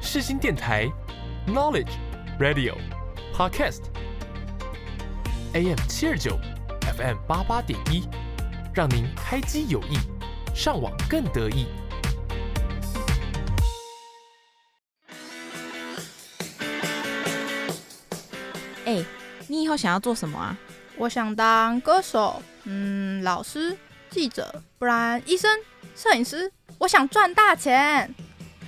世新电台 Knowledge Radio Podcast AM 七二九 FM 八八点一，让您开机有益，上网更得意。哎、你以后想要做什么啊？我想当歌手，嗯，老师、记者，不然医生、摄影师。我想赚大钱，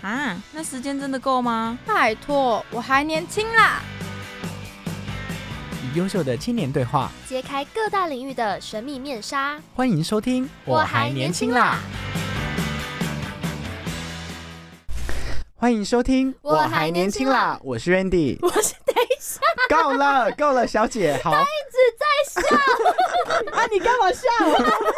啊，那时间真的够吗？拜托，我还年轻啦！与优秀的青年对话，揭开各大领域的神秘面纱。欢迎收听。！欢迎收听。我还年轻啦！我是 Randy。 我是等一下，够了，够了，小姐，好，啊，你干嘛笑啊 我？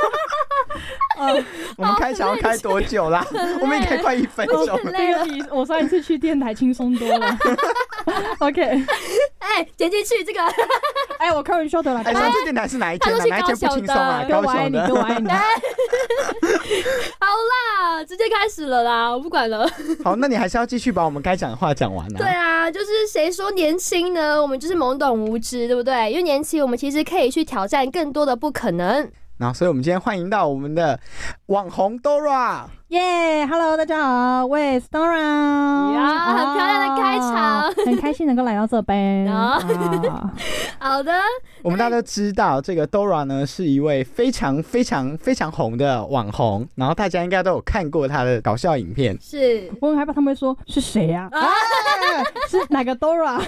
嗯我们开场要开多久啦？我们也开快一分钟了。那个比哎我上一次去电台轻松多 了。OK，哎，剪进去这个， 哎、我开玩笑的啦，哎，上次电台是哪一间啊？他说是哪一间不轻松啊？哥高我爱雄你，哥我的， 爱你。好啦，直接开始了啦，我不管 了。好，那你还是要继续把我们该讲的话讲完对啊。啊，就是谁说年轻呢？我们就是懵懂无知，对不对？因为年轻，我们其实可以去挑战更多的不可能。然后，所以我们今天欢迎到我们的网红 Dora。耶、h e l l o 大家好，我是 Stora。呀很漂亮的开场很开心能够来到这 边。啊啊好的，。我们大家都知道，这个 Dora 呢是一位非常非常非常红的网红，然后大家应该都有看过她的搞笑影片是我很害怕他们会说是谁 呀、啊？ 是哪个 Dora？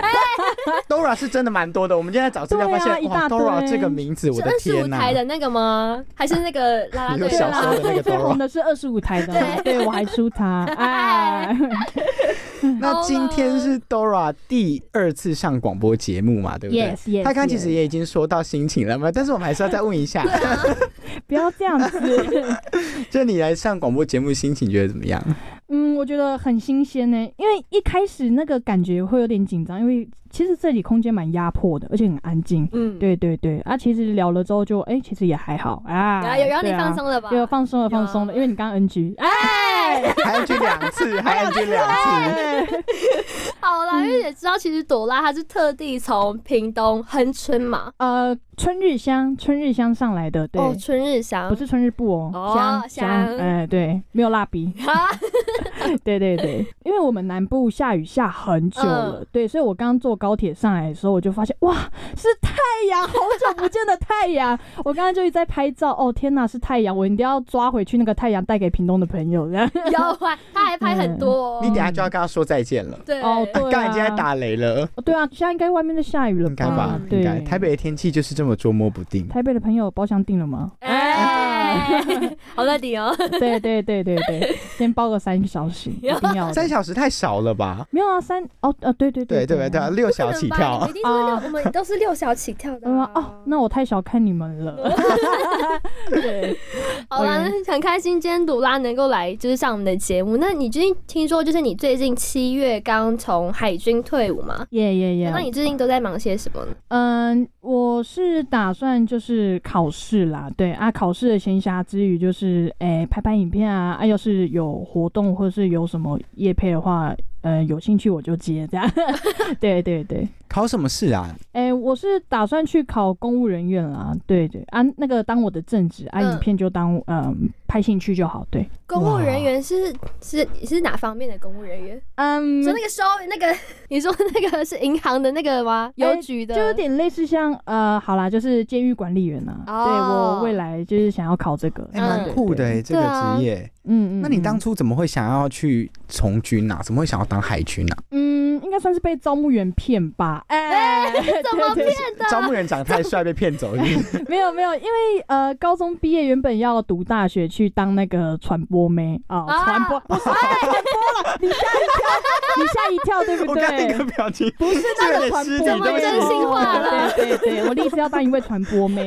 Dora 是真的蛮多的，我们今天在找资料发现，对啊一哇大堆，Dora 这个名字，我是的二十天五呐、台的那个吗？还是那个啦啦你说队啊小时候啦？的那个最红 Dora。的是二十五台的，对对我还 输他。哎，那今天是 Dora 第二次上广播节目嘛，对不对 Yes, yes, 她刚刚其实 yes 也已经说到心情了嘛，但是我们还是要再问一下，不要这样子。就你来上广播节目心情觉得怎么样？嗯，我觉得很新鲜呢，因为一开始那个感觉会有点紧张，因为其实这里空间蛮压迫的，而且很安静。嗯，对对对，啊，其实聊了之后就，哎、其实也还好啊。啊，有让你对啊放，松了吧？有放松了，有啊放松了，因为你刚刚 NG，哎、还要去两次，还要去两次。好啦，因为也知道，其实朵拉她是特地从屏东恒春嘛，呃，春日香，春日香上来的，对，哦，春日祥 不是春日部哦，哦香香哎、对，没有蜡笔，啊，对 对对，因为我们南部下雨下很嗯久了，对，所以我刚坐高铁上来的时候，我就发现哇，是太阳，好久不见的太阳。我刚刚就一直在拍照，哦天哪，是太阳，我一定要抓回去那个太阳带给屏东的朋友。这样 有啊，她还拍很多、哦嗯你等一下就要跟她说再见了。对哦，对、啊，刚才已经在打雷了，哦，对啊，现在应该外面在下雨了应该吧？嗯对，应该。台北的天气就是这么捉摸不定。台北的朋友包厢订了吗？ 哎， 好在你哦，对对对对 对，先包个三小时，一定要的三小时太少了吧？没有啊，三哦呃，对对对对对对啊对，六小起跳一。定是六，我们都是六小起跳的嗯啊哦，那我太小看你们了。 对， 好啦，很开心今天朵拉能够来，就是上我们的节目。那你最近听说，就是你最近七月刚从海军退伍嘛？耶耶耶。那你最近都在忙些什么呢？嗯，我是打算就是考试啦，对啊，考试的闲暇之余就是诶、拍拍影片啊，啊要是有活动或是有什么业配的话，呃有兴趣我就接 这样，对对对。考什么试啊？诶、我是打算去考公务人员啦，对对啊，那个当我的正职啊，嗯影片就当嗯、拍兴趣就好，对，公务人员是是是哪方面的公务人员？嗯，说那个收那个， 你说那个是银行的那个吗？邮局的，哎就有点类似像呃，好啦，就是监狱管理员呐、哦对我未来就是想要考这个，哎，蛮酷的哎，这个对啊职业。嗯嗯嗯，那你当嗯初怎么会想要去从军啊？怎么会想要当海军啊？嗯，应该算是被招募员骗吧？哎、怎么对变对啊的？招募人长太帅被骗走，是不 是没有没有，因为呃，高中毕业原本要读大学去当那个传播妹啊，啊传、播不是哎传播 了，你吓一跳，你吓一跳，对不我看那对个？表情，不是这那有个点传失播礼，对这不么起真心话了对对对，我立志要当一位传 播妹。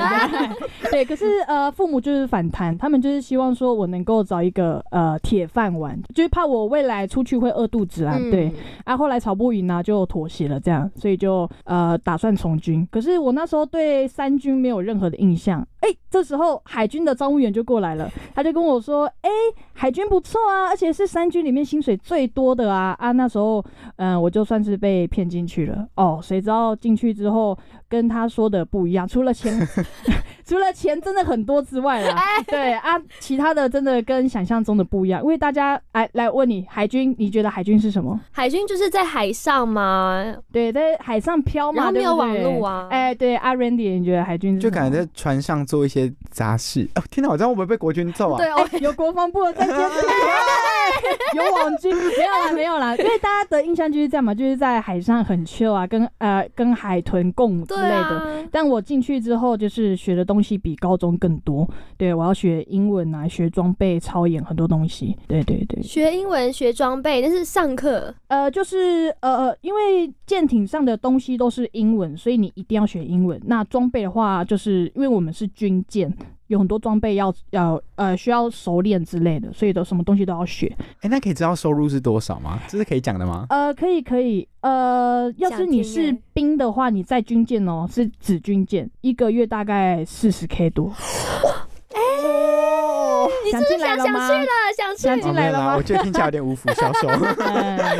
对，可是呃，父母就是反弹，他们就是希望说我能够找一个呃铁饭碗，就是怕我未来出去会饿肚子啊。嗯对，啊，后来吵不赢啊，就妥协了，这样，所以就呃打算从军。可是我那时候对三军没有任何的印象，哎、哎、这时候海军的招募员就过来了，他就跟我说：“哎、海军不错啊，而且是三军里面薪水最多的啊啊！”那时候，嗯，我就算是被骗进去了哦。谁知道进去之后跟他说的不一样，除了钱， 除了钱真的很多之外啦，对啊，其他的真的跟想象中的不一样。因为大家来来问你，海军，你觉得海军是什么？海军就是在海上嘛，对，在海上漂嘛，然后没有对不网对路。啊，哎、对，阿、Randy，你觉得海军是就什么感觉在船上做一些杂事。哦，天哪，我这样会不会被国军揍啊？对哦，哎有国防部的在 监视，有网军，没有啦，没有啦，因为大家的印象就是这样嘛，就是在海上很 chill 啊，跟呃跟海豚共舞之对类的。啊，但我进去之后，就是学的东西比高中更多。对我要学英文啊，学装备、操演很多东西。对对对，学英文学装备，但是上课呃，就是呃，因为舰艇上的东西都是英文，所以你一定要学英文。那装备的话，就是因为我们是军舰，有很多装备要要呃需要熟练之类的，所以都什么东西都要学。哎，那可以知道收入是多少吗？这是可以讲的吗？呃，可以可以，呃，要想是你听是欸兵的话，你在军舰哦，是指军舰，一个月大概四十 K 多。哦，你是不进是来想了想吗去了？想去想了进来了吗没有啦我觉得听起来有点无福消受。 哎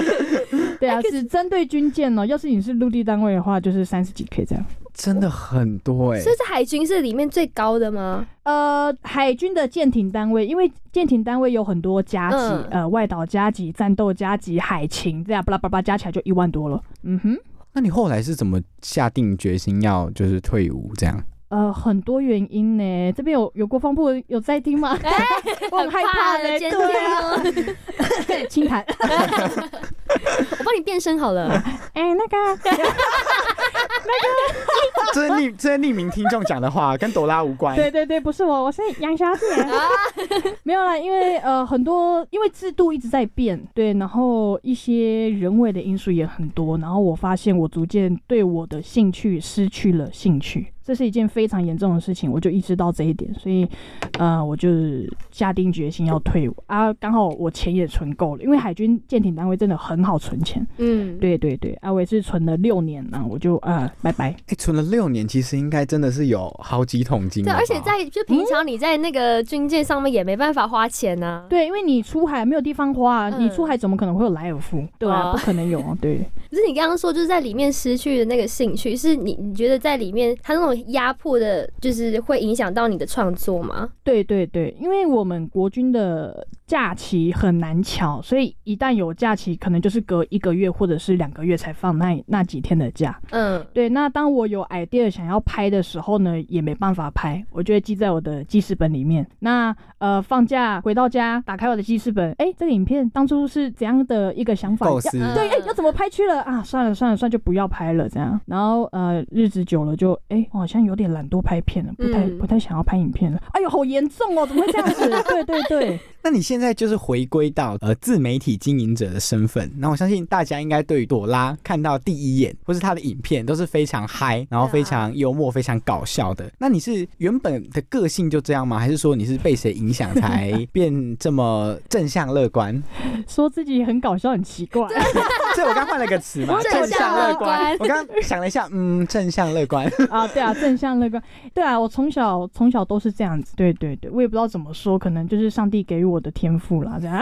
对啊，是针对军舰哦。要是你是陆地单位的话，就是三十几 K 这样。真的很多哎、所以是海军是里面最高的吗？呃，海军的舰艇单位，因为舰艇单位有很多加级，嗯呃，外岛加级、战斗加级、海勤这样，巴拉巴拉加起来就一万多了。嗯哼，那你后来是怎么下定决心要就是退伍这样？呃，很多原因呢。这边有有国防部有在听吗？ 我很害怕嘞，尖对叫啊， 哦！清谈。 我帮你变身好 了，哎，那个， 这是匿这是匿名听众讲的话，跟朵拉无关。对对对，不是我，我是杨小姐。 没有啦，因为呃，很多因为制度一直在变，对，然后一些人为的因素也很多，然后我发现我逐渐对我的兴趣失去了兴趣，这是一件非常严重的事情，我就意识到这一点，所以呃，我就是下定决心要退伍啊，刚好我钱也存够了，因为海军舰艇单位真的很好存钱，嗯，对对对，啊，我也是存了六年啊，我就啊、拜拜。哎、存了六年，其实应该真的是有好几桶金了对，吧。而且嗯在就平常你在那个军舰上面也没办法花钱啊呐、对，因为你出海没有地方花啊，嗯你出海怎么可能会有莱尔夫？对啊，哦不可能有啊。对，可是你刚刚说就是在里面失去的那个兴趣，是你你觉得在里面它那种压迫的，就是会影响到你的创作吗？对对对，因为我们国军的假期很难抢，所以一旦有假期，可能就是隔一个月或者是两个月才放那那几天的假。嗯，对，那当我有 idea 想要拍的时候呢，也没办法拍，我就会记在我的记事本里面。那呃，放假回到家，打开我的记事本，哎，这个影片当初是怎样的一个想法？构要思，嗯对，哎、要怎么拍去了啊？算了算了算了，就不要拍了这样。然后呃，日子久了就哎、我好像有点懒惰拍片了，不太、嗯不太想要拍影片了。哎呦，好严重哦，怎么会这样 子？对对对，那你现在就是回归到呃自媒体经营者的身份，那我相信大家应该对于朵拉看到第一眼或是她的影片都是非常嗨，啊然后非常幽默、非常搞笑的。那你是原本的个性就这样吗？还是说你是被谁影响 才变这么正向乐观？说自己很搞笑很奇怪， 所以我刚换了个词嘛，正向乐乐观我刚刚想了一下，嗯，正向乐观。啊，对啊，正向乐观，对啊，我从小从小都是这样子，对对对，我也不知道怎么说，可能就是上帝给予我的天赋啦，这样，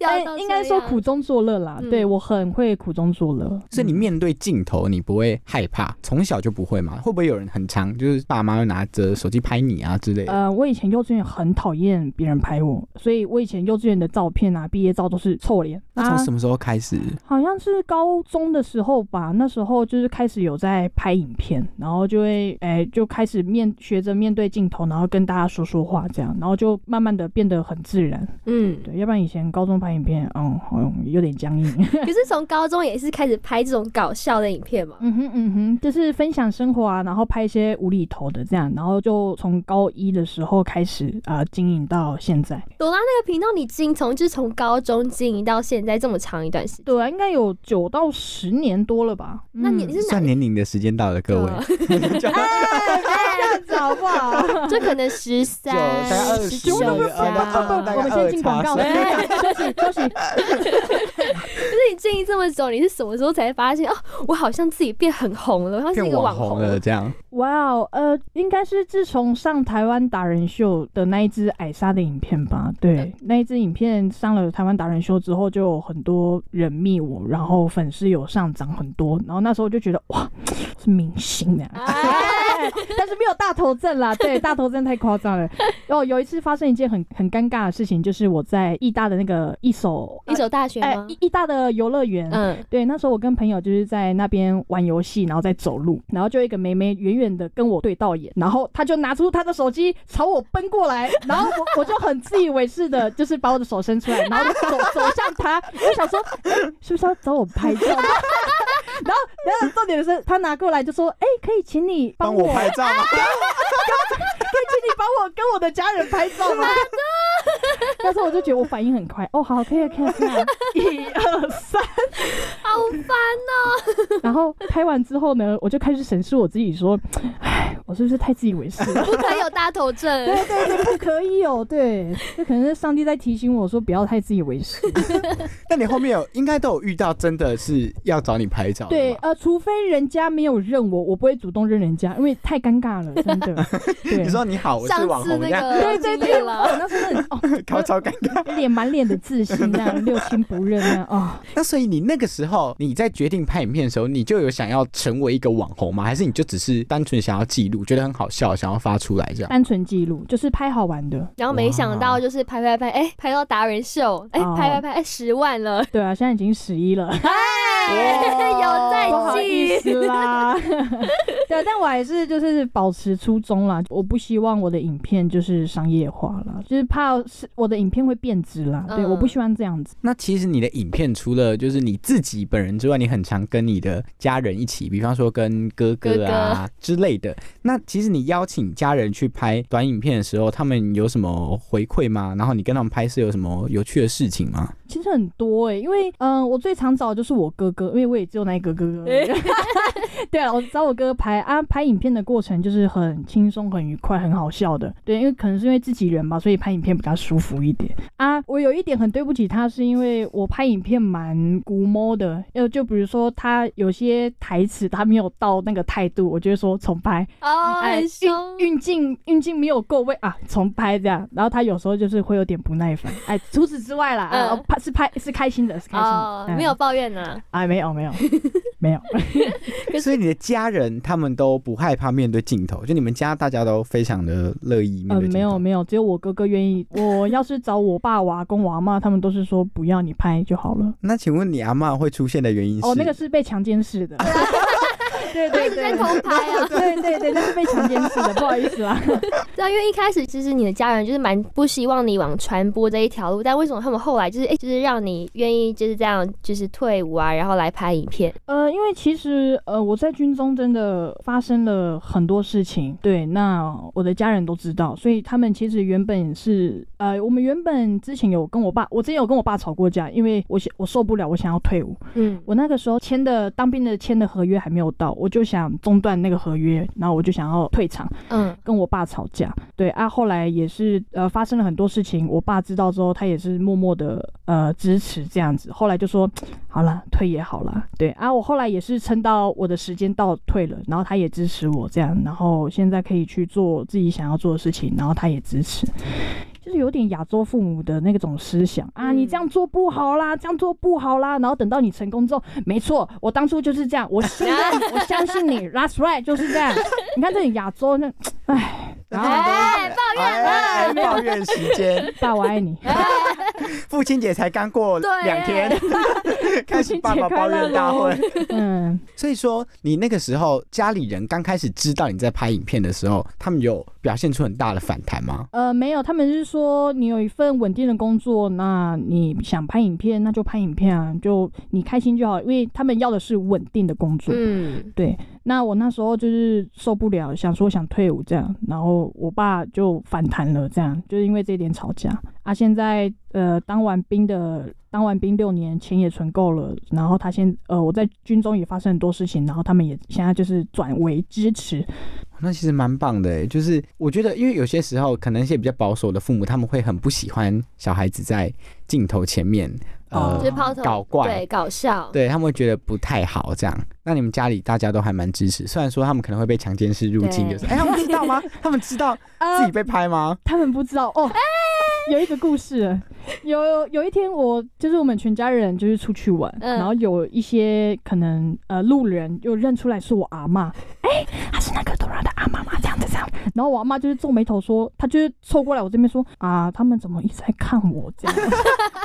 要到但应该这说样苦中作乐啦，嗯对我很会苦中作乐， 所以你面对镜头，你不会害怕，从小就不会嘛？会不会有人很长，就是爸妈会拿着手机拍你啊之类的？呃，我以前幼稚园很讨厌别人拍我，所以我以前幼稚园的照片啊、毕业照都是臭脸。那从啊什么时候开始？好像是高中的时候吧，那时候就是开始有在拍影片，然后就会哎、就开始面学着面对镜头，然后跟大家说说话这样，然后就慢慢的变得很自然。 嗯，对，要不然以前高中拍影片，嗯，好像有点僵硬。 可是从高中也是开始拍这种搞笑的影片嘛？嗯哼嗯哼，就是分享生活啊，然后拍一些无厘头的这样，然后就从高一的时候开始啊、经营到现在。朵拉那个频道，你经从就是从高中经营到现在这么长一段时间，对啊，应该有九到十年多了吧？那你嗯你是哪算年龄的时间到了，各位， 哎这样子好不好？就可能九十三、大概二十十九九、二三，大概我们先进广告，二十八岁 休息休息。 可是你经营这么久，你是什么时候才发现哦，我好像自己变很红了，我好像变是一个网红红了这样。哇哦，呃，应该是自从上台湾达人秀的那一支矮莎的影片吧？对，那一支影片上了台湾达人秀之后，就有很多人密我，然后粉丝有上涨很多，然后那时候就觉得哇，是明星啊！哎但是没有大头症啦，对，大头症太夸张了。哦，有一次发生一件很很尴尬的事情，就是我在义大的那个一手 一所大学哎吗？义义大的游乐园，嗯，对，那时候我跟朋友就是在那边玩游戏，然后在走路，然后就有一个妹妹远远的跟我对到眼，然后她就拿出她的手机朝我奔过来，然后我我就很自以为是的，就是把我的手伸出来，然后就走走向她，我想说诶是不是要找我拍照？然后， 然后重点是，她拿过来就说：“哎、可以请你帮帮我，我拍照吗？ 可以请你帮我跟我的家人拍照吗？” 那时候我就觉得我反应很快，哦，好，可以，可以，可以，一二三。好烦哦、然后拍完之后呢，我就开始审视我自己，说，唉，我是不是太自以为是了？不可以有大头症 对。对对，不可以哦，对，这可能是上帝在提醒我说不要太自以为是。那你后面有应该都有遇到真的是要找你拍照的对，吧呃，除非人家没有认我，我不会主动认人家，因为太尴尬了，真 的。对，你说你好，哦我是上网次红这那样，个 对对经历对，了，我那时候很哦，超超尴尬。脸满脸的自信，那样六亲不认那样哦。那所以你那个时候你在决定拍影片的时候，你就有想要成为一个网红吗？还是你就只是单纯想要记录，觉得很好笑，想要发出来这样？单纯记录就是拍好玩的，然后没想到就是拍拍拍，哎、拍到达人秀，哎、哦拍拍拍，哎、十万了，对啊，现在已经十一了。 有在不好意记。 思啦， 对，啊但我还是就是保持初衷啦，我不希望我的影片就是商业化啦，就是怕是我的影片会变质啦，对，嗯我不喜欢这样子。那其实你的影片除了就是你自己本人之外，你很常跟你的家人一起，比方说跟哥哥啊之类的。那其实你邀请家人去拍短影片的时候，他们有什么回馈吗？然后你跟他们拍摄有什么有趣的事情吗？其实很多哎、因为嗯、我最常找的就是我哥哥，因为我也只有那一个哥哥而 已。 对啊，我找我哥哥拍啊，拍影片的过程就是很轻松、很愉快、很好笑的。对，因为可能是因为自己人吧，所以拍影片比较舒服一点啊。我有一点很对不起他，是因为我拍影片蛮古摸的，呃，就比如说他有些台词他没有到那个态度，我就会说重拍，哦，哎很凶。运镜运镜没有够位啊，重拍这样。然后他有时候就是会有点不耐烦，哎，除此之外啦，嗯啊哦拍是拍是开心的，是开心的，哦，嗯没有抱怨呢、啊，没有 没有没有。可是所以你的家人他们都不害怕面对镜头，就你们家大家都非常的乐意面嗯，对镜头。没有没有，只有我哥哥愿意。我要是找我爸、我阿公、我阿妈，他们都是说不要你拍就好了。那请问你阿嬷会出现的原因是？哦，那个是被强奸式的。 对对一直在对。偷拍啊。 对对对，那是被强奸式的，不好意思啦。 对啊，因为一开始其实你的家人就是蛮不希望你往传播这一条路，但为什么他们后来就是哎、就是让你愿意就是这样就是退伍啊，然后来拍影片？呃，因为其实呃我在军中真的发生了很多事情，对，那我的家人都知道，所以他们其实原本是呃，我们原本之前有跟我爸，我之前有跟我爸吵过架，因为我想我受不了，我想要退伍，嗯，我那个时候签的当兵的签的合约还没有到，我就想中断那个合约，然后我就想要退场，嗯，跟我爸吵架。对啊，后来也是呃发生了很多事情，我爸知道之后，他也是默默的呃支持这样子。后来就说好了，退也好了。对啊，我后来也是撑到我的时间到退了，然后他也支持我这样，然后现在可以去做自己想要做的事情，然后他也支持。就是有点亚洲父母的那种思想啊，嗯你这样做不好啦，这样做不好啦，然后等到你成功之后，没错，我当初就是这样，我现在我相信你，That's right，就是这样。你看这里亚洲那，唉，然后哎、抱怨了。哎抱怨时间，爸我爱你，父亲节才刚过对两天， 开始爸爸抱怨大会。嗯，所以说，你那个时候家里人刚开始知道你在拍影片的时候，他们有表现出很大的反弹吗？呃，没有，他们是说你有一份稳定的工作，那你想拍影片那就拍影片啊，就你开心就好，因为他们要的是稳定的工作。嗯，对，那我那时候就是受不了，想说想退伍这样，然后我爸就反弹了，这样就是因为这一点吵架啊。现在呃，当完兵的，当完兵六年，钱也存够了，然后他现呃，我在军中也发生很多事情，然后他们也现在就是转为支持，那其实蛮棒的诶，就是我觉得，因为有些时候可能一些比较保守的父母，他们会很不喜欢小孩子在镜头前面呃哦就是抛头搞怪对，搞笑，对他们会觉得不太好这样。那你们家里大家都还蛮支持，虽然说他们可能会被强奸式入侵，对嗯就是哎，他们知道吗？他们知道啊自己被拍吗？他们不知道哎哦。有一个故事，有有一天我就是我们全家人就是出去玩，嗯然后有一些可能呃路人就认出来是我阿妈，哎、她是那个突然的阿妈妈这样子这样，然后我阿妈就是皱眉头说，她就是凑过来我这边说啊，他们怎么一直在看我这 样，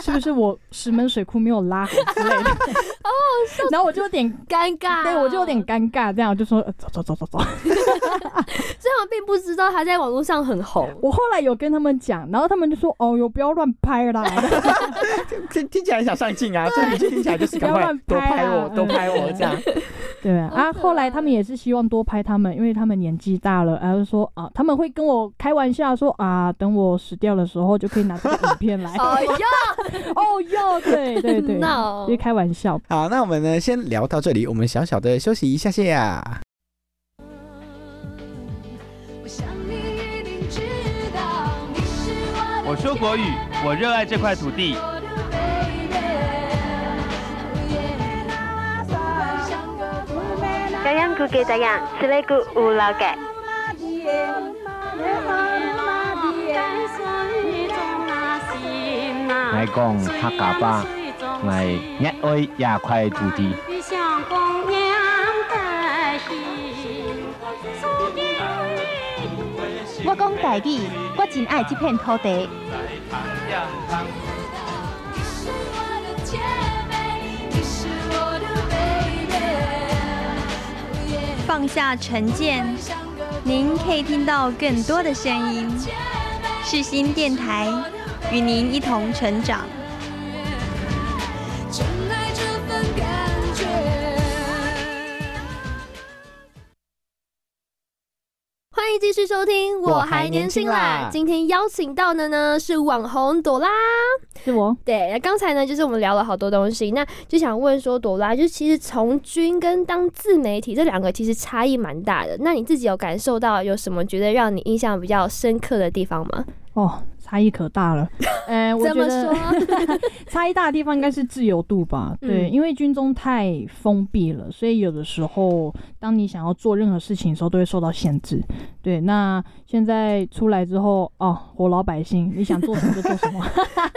是不是我石门水库没有拉好之类的？哦， 然后我就有点。尴尬。哦对，我就有点，尴尬，这样我就说、呃走走走走走。所以他们并不知道他在网络上很 红。我后来有跟他们讲，然后他们就说：“哦哟，不要乱拍啦。”听听起来很想上镜啊，这语句听起来就是赶不要快乱多拍拍啊我，多拍我 嗯这样。对啊，好啊可后来他们爱也是希望多拍他们，因为他们年纪大了，然后就说啊，他们会跟我开玩笑说啊，等我死掉的时候就可以拿这个影片 来。哎呀，哦哟，对对 对，闹就是开玩笑。好，那我们呢先聊到这里，我们小小的休息一下下。我想你一定知道，你是我的我说国语，我热爱这块土地。我的 baby。朝阳区给朝阳，吃内谷有老街。我讲客家话，我热爱这块土地。我讲台语，我真爱这片土地。你是我的姐妹，你是我的 baby。放下成见，您可以听到更多的声音。世新电台与您一同成长。真爱这份感觉。欢迎继续收听，我还年轻啦。今天邀请到的呢是网红朵拉。是我对，那刚才呢，就是我们聊了好多东西，那就想问说，朵拉，就是其实从军跟当自媒体这两个其实差异蛮大的。那你自己有感受到有什么觉得让你印象比较深刻的地方吗？哦，差异可大了。嗯，我怎觉么得说？ 差异大的地方应该是自由度吧？嗯对，因为军中太封闭了，所以有的时候当你想要做任何事情的时候，都会受到限制。对，那现在出来之后，哦，活老百姓，你想做什么就做什么。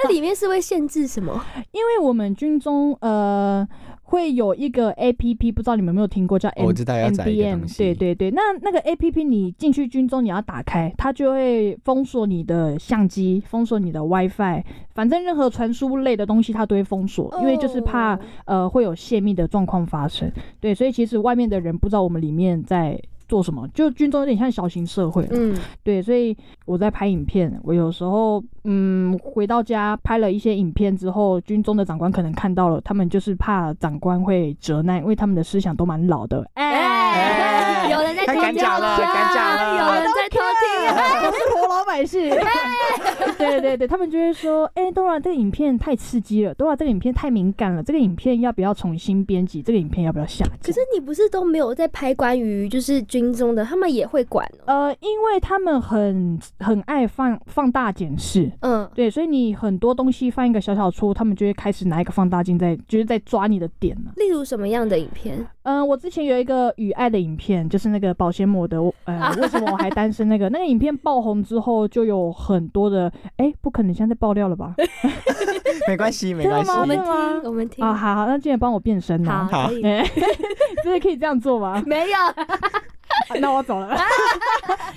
那里面是会限制什么？因为我们军中呃会有一个 A P P，不知道你们有没有听过叫 M 哦我知道要载一个 M 东西对对对，那那个 A P P 你进去军中你要打开，它就会封锁你的相机，封锁你的 WiFi，反正任何传输类的东西它都会封锁，因为就是怕呃会有泄密的状况发生。对，所以其实外面的人不知道我们里面在。做什么？就军中有点像小型社会了，嗯，对，所以我在拍影片，我有时候嗯回到家拍了一些影片之后，军中的长官可能看到了，他们就是怕长官会责难，因为他们的思想都蛮老的。哎、哎、哎有人在他偷敢听讲了敢讲了有人在偷听哎啊。 我是活老百姓，对对对，他们就会说，哎、d o r a 这个影片太刺激了，Dora 这个影片太敏感了，这个影片要不要重新编辑？这个影片要不要下架？可是你不是都没有在拍关于就是军中的，他们也会管哦。呃，因为他们很很爱放放大检视，嗯，对，所以你很多东西犯一个小小错误，他们就会开始拿一个放大镜在，就是在抓你的点呢、例如什么样的影片？嗯，我之前有一个与爱的影片，就是那个保鲜膜的，呃，为什么我还单身？那个那个影片爆红之后，就有很多的，哎、不可能现在爆料了吧？没关系，没真的关系吗。啊我们真的吗听，嗯我们听。啊，好好，那记得帮我变身呐、啊。好，好可以。 真的可以这样做吗？没有，啊那我走了。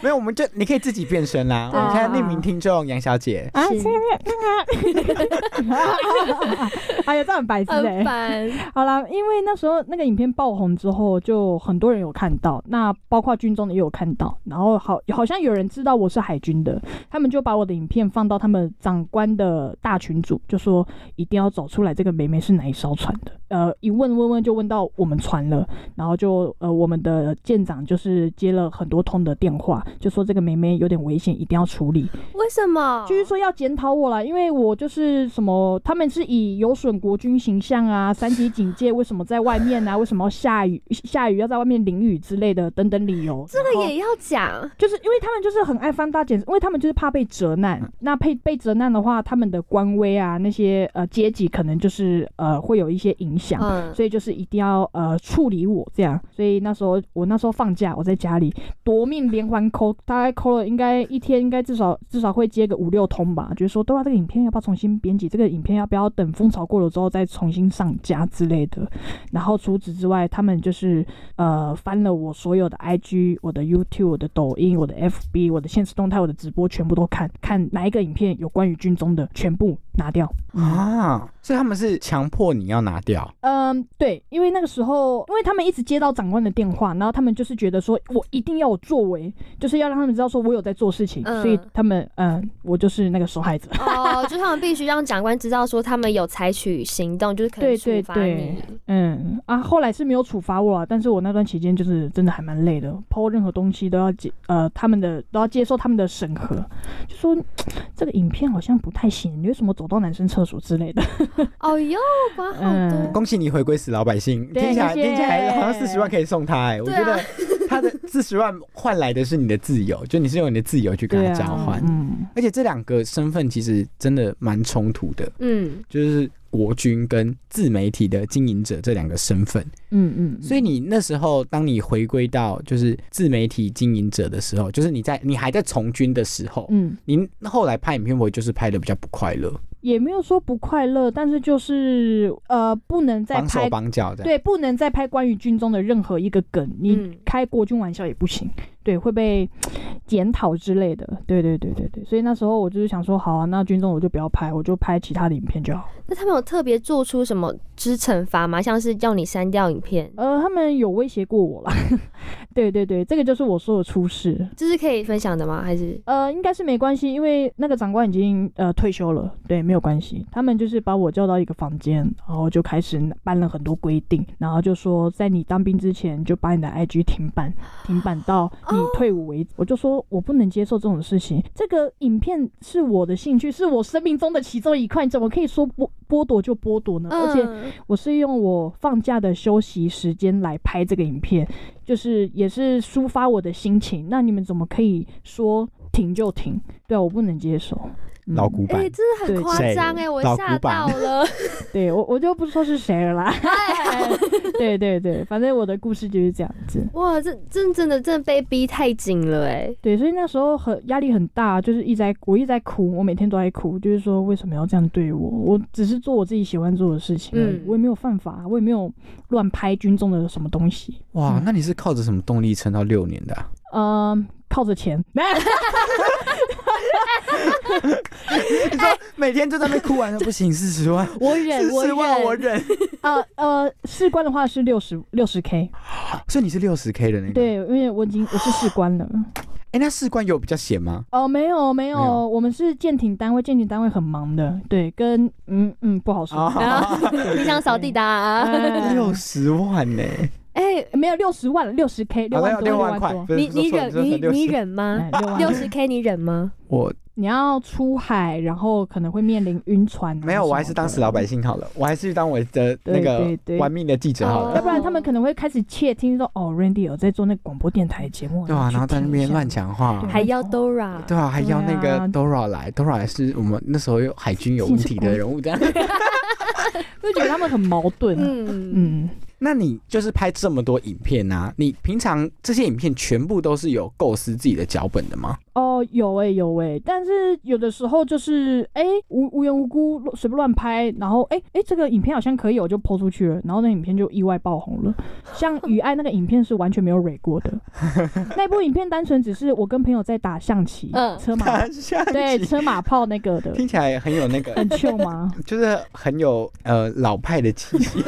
没有，我们就你可以自己变身啦。我对们看匿名听众杨小姐，啊，是这个， 哎呀，这很白痴哎、很烦。好啦，因为那时候那个影片爆红之后，就很多人有看到，那包括军中的也有看到，然后好好像有人知道我是海军的，他们就把我的影片放到他们长官的大群组，就说一定要找出来这个妹妹是哪一艘船的。呃，一问问问就问到我们船了，然后就呃我们的舰长就是就是接了很多通的电话，就说这个妹妹有点危险，一定要处理。为什么？就是说要检讨我啦，因为我就是什么，他们是以有损国军形象 啊，三级警戒，为什么在外面啊，为什么要下雨， 下雨要在外面淋雨之类的等等理由。这然个后也要讲，就是因为他们就是很爱翻大检，因为他们就是怕被责难。嗯那被被责难的话，他们的官威啊，那些呃阶级可能就是呃会有一些影响，嗯所以就是一定要呃处理我这样。所以那时候我那时候放假，我在家里夺命连环抠，大概抠了应该一天应该至少至少会接个五六通吧，就是说对啊，这个影片要不要重新编辑？这个影片要不要等风潮过了之后再重新上架之类的？然后除此之外，他们就是呃翻了我所有的 IG、我的 YouTube、我的抖音、我的 FB、我的现实动态、我的直播，全部都看看哪一个影片有关于军中的，全部拿掉。啊，所以他们是强迫你要拿掉，嗯，对，因为那个时候，因为他们一直接到长官的电话，然后他们就是觉得说我一定要有作为，就是要让他们知道说我有在做事情，嗯所以他们嗯，我就是那个受害者。哦，就他们必须让长官知道说他们有采取行动，就是可能对处对罚对你。， 嗯啊，后来是没有处罚我啊，但是我那段期间就是真的还蛮累的，抛任何东西都要接呃他们的都要接受他们的审核，就说嘖这个影片好像不太行，你为什么走到男生厕所之类的？哦哟，管好嗯多。恭喜你回归死老百姓，对听起来谢谢听起来好像四十万可以送他哎、我对觉啊得他 的四十万换来的是你的自由，就你是用你的自由去跟对他啊，交换，嗯，而且这两个身份其实真的蛮冲突的，嗯，就是国军跟自媒体的经营者这两个身份。嗯嗯，所以你那时候，当你回归到就是自媒体经营者的时候，就是你在你还在从军的时候，嗯。您后来拍影片，我就是拍的比较不快乐，也没有说不快乐，但是就是呃，不能再绑手拍绑脚的。，对，不能再拍关于军中的任何一个梗，你嗯开国军玩笑也不行，对，会被检讨之类的。对对对对对，所以那时候我就是想说，好啊，那军中我就不要拍，我就拍其他的影片就好。那他们有特别做出什么之惩罚吗？像是叫你删掉影片，呃，他们有威胁过我啦， 对对对，这个就是我说的出事。这是可以分享的吗？还是呃，应该是没关系，因为那个长官已经呃退休了，对，没有关系。他们就是把我叫到一个房间，然后就开始办了很多规定，然后就说在你当兵之前就把你的 IG 停办，停办到你退伍为止。我就说我不能接受这种事情，这个影片是我的兴趣，是我生命中的其中一块，你怎么可以说剥剥夺就剥夺呢？而且嗯我是用我放假的休息时间来拍这个影片，就是也是抒发我的心情。那你们怎么可以说停就停？对啊，我不能接受。嗯老古哎、板，真的很对夸谁张哎，我老吓古板到了。对我我就不说是谁了啦。对对对，反正我的故事就是这样子。哇，这真真的真的被逼太紧了哎。对，所以那时候很压力很大，就是一直在我一直在哭，我每天都在哭，就是说为什么要这样对我？我只是做我自己喜欢做的事情而已，嗯我也没有犯法，我也没有乱拍军中的什么东西。哇，嗯那你是靠着什么动力撑到六年的啊、嗯，靠着钱。 你说 每天就在那边哭完 了，不行，四十万，我忍，四我十万忍，我 忍。哦呃呃，士官的话是六十六十 K，所以你是六十 K 的那个？。对，因为我已经我是士官 了。哎、那士官有比较闲吗？哦，没有没没有有，我们是舰艇单位，舰艇单位很忙的，对，跟嗯嗯不好说。你想扫地的、啊？ 哎哦六十万呢、哎、没有六十万，六十 K，六好万像哦多，六万块多。。不是你说你错忍说你成你60忍吗？哎，六 万六多十 K 你忍吗？我你要出海，然后可能会面临晕船啊什么的。没有，我还是当死老百姓好了，我还是当我的那对个对对玩命的记者好哦了。要不然他们可能会开始窃听说，哦，Randy 有在做那个广播电台节目，对啊，去然后在那听一边下乱。讲话对。还要 Dora？对啊，还要那对个啊 Dora 来，Dora 来是我们那时候有海军有问题 的人物。这样，就觉得他们很矛盾啊。嗯，嗯，那你就是拍这么多影片啊？你平常这些影片全部都是有构思自己的脚本的吗？哦，有哎、有哎、但是有的时候就是哎、无无缘无故乱随便乱拍，然后哎哎、这个影片好像可以，我就抛出去了，然后那影片就意外爆红了。像雨爱那个影片是完全没有蕊过 的，那部影片单纯只是我跟朋友在打象棋，嗯车马下对车马炮那个的，听起来很有那个，很秀吗？就是很有呃老派的气 息。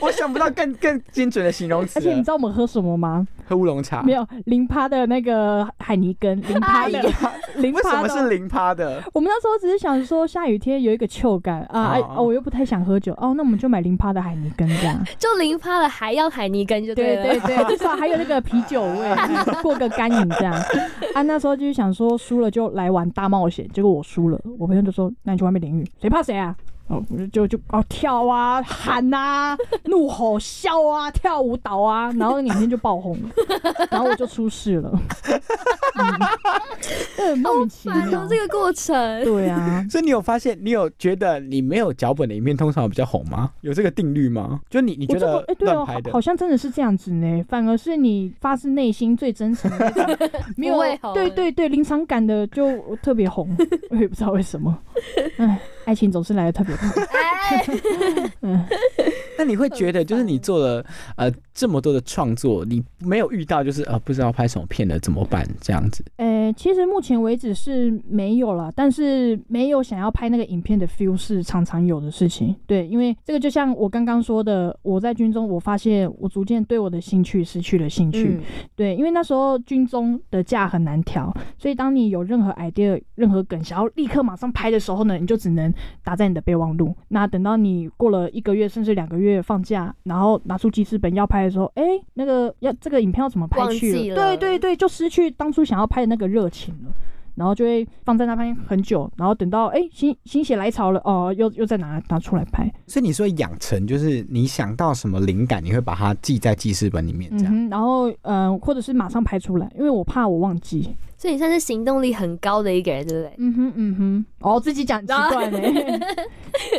我我想不到更更精准的形容词而且你了啊知。道我们喝什么吗？喝乌龙茶，没有零趴的那个海尼根，零趴的零，零为什趴么的是零趴的？我们那时候只是想说，下雨天有一个臭感啊，哎哦哦，我又不太想喝酒哦，那我们就买零趴的海泥根 这样。就零趴了还要海泥根就对了。对对，至少还有那个啤 酒味，嗯过个干瘾这样。啊，那时候就是想说输了就来玩大冒险，结果我输了，我朋友就说：“那你去外面淋雨，谁怕谁啊？”哦，我就就就哦跳啊喊啊 怒吼笑啊跳舞蹈啊，然后那影片就 爆红了，然后我就出事了，嗯，呃莫名其反妙正。哦这个过程，对啊，所以你有发现，你有觉得你没有脚本的影片通常比较红吗？有这个定律吗？就你你我觉得哎、对乱哦，拍好的好，像真的是这样子呢，反而是你发自内心最真诚的 那种，没有不会红对对对临场感的就特别 红，我也不知道为什么，哎，爱情总是来的特别快，哎，嗯，那你会觉得就是你做了呃这么多的创作，你没有遇到就是呃不知道拍什么片了怎么办这样子？呃，其实目前为止是没有了，但是没有想要拍那个影片的 feel 是常常有的事情。对，因为这个就像我刚刚说的，我在军中我发现我逐渐对我的兴趣失去了兴趣。嗯，对，因为那时候军中的假很难调，所以当你有任何 idea、任何梗想要立刻马上拍的时候呢，你就只能打在你的备忘录。那等到你过了一个月甚至两个月放假，然后拿出记事本要拍的时候，哎，那个要这个影片要怎么拍忘去记了对对对，就失去当初想要拍的那个热情了。然后就会放在那边很久，然后等到哎心心血来潮了哦，又又再拿拿出来拍，所以你说养成就是你想到什么灵感，你会把它记在记事本里面这嗯样。哼，然后嗯、呃或者是马上拍出来，因为我怕我忘记，所以你算是行动力很高的一个人，对不对？嗯哼嗯哼，哦，自己讲很奇怪呢。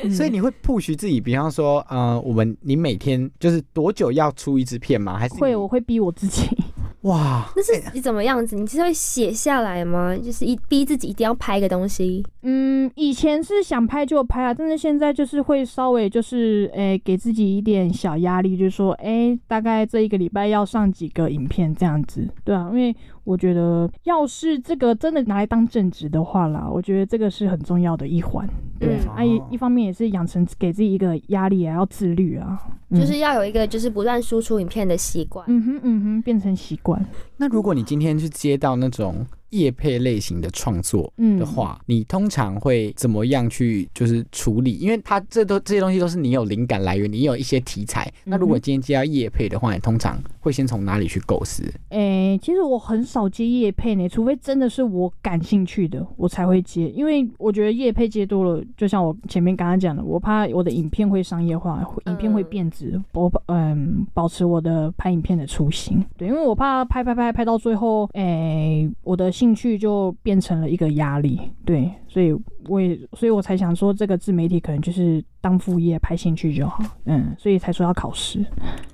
嗯所以你会 push 自己，比方说，呃，我们你每天就是多久要出一支片吗？还是你 会，我会逼我自己。嗯哇，那是你怎么样子？你是会写下来吗？就是一逼自己一定要拍一个东西，嗯，以前是想拍就拍啊，但是现在就是会稍微就是诶、给自己一点小压力，就是说诶、大概这一个礼拜要上几个影片这样子，对啊，因为我觉得要是这个真的拿来当正职的话啦，我觉得这个是很重要的一环，对啊嗯，啊一哦一方面也是养成给自己一个压力啊，要自律啊，嗯就是要有一个就是不断输出影片的习惯。嗯哼嗯哼，变成习惯，那如果你今天去接到那种业配类型的创作嗯的话，你通常会怎么样去就是处理？因为它这都这些东西都是你有灵感来源，你有一些题材。那如果嗯哼今天接到业配的话，你通常会先从哪里去构思？诶、其实我很少接夜配呢，除非真的是我感兴趣的，我才会接。因为我觉得夜配接多了，就像我前面刚刚讲的，我怕我的影片会商业化，会影片会嗯变质。我嗯，保持我的拍影片的初心，对，因为我怕拍拍拍拍到最后，诶、我的兴趣就变成了一个压力，对，所以我也，所以我才想说，这个自媒体可能就是当副业拍兴趣就好，嗯，所以才说要考试。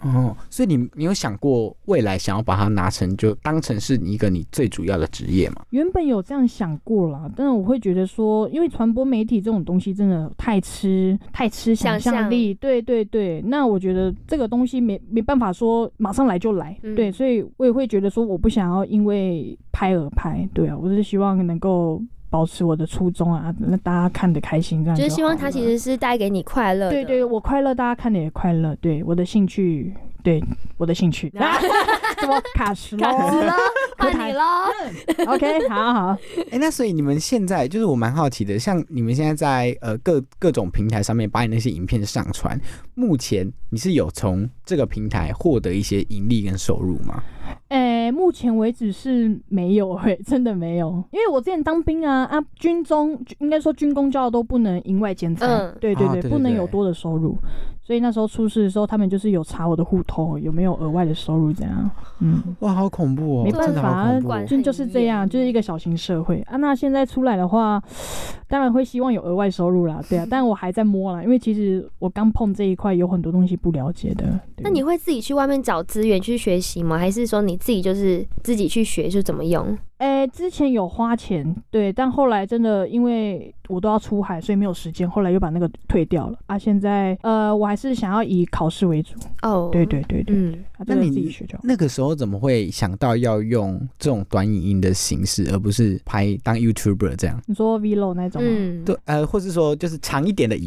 哦，所以你你有想过未来想要把它拿成就当成是你一个你最主要的职业吗？原本有这样想过啦，但是我会觉得说，因为传播媒体这种东西真的太吃太吃想想象象力，对对对。那我觉得这个东西没没办法说马上来就来，嗯对，所以我也会觉得说，我不想要因为拍而拍，对啊，我是希望能够保持我的初衷啊，那大家看得开心这样就是希望好它了其实是带给你快乐的。对对，我快乐，大家看的也快乐，对我的兴趣，对我的兴 趣，啊、怎么 卡死了？卡 子喽，不换你喽。 OK，好好。哎、那所以你们现在就是我蛮好奇的，像你们现在在呃各各种平台上面把你那些影片上传，目前你是有从这个平台获得一些盈利跟收入吗？诶、目前为止是没有诶、真的没有，因为我之前当兵啊啊，军中应该说军工教都不能营外兼差，嗯对对啊对，对对不能对有多的收入，所以那时候出事的时候，他们就是有查我的户头有没有额外的收入这样，嗯，哇，好恐怖哦！没真办的好法啊恐怖哦管。军就是这样，就是一个小型社会啊。那现在出来的话，当然会希望有额外收入啦，对啊，但我还在摸啦，因为其实我刚碰这一块有很多东西不了解的，对那你会自己去外面找资源去学习吗？还是说你自己就是自己去学就怎么用？哎、之前有花钱，对，但后来真的因为我都要出海，所以没有时间，后来又把那个退掉了啊。现在呃，我还是想要以考试为主，哦，对，对对对，嗯，啊、那这个你自己学就好。那个时候怎么会想到要用这种短影音的形式，而不是拍当 YouTuber 这样？你说 vlog 那种吗，嗯，对，呃，或是说就是长一点嗯的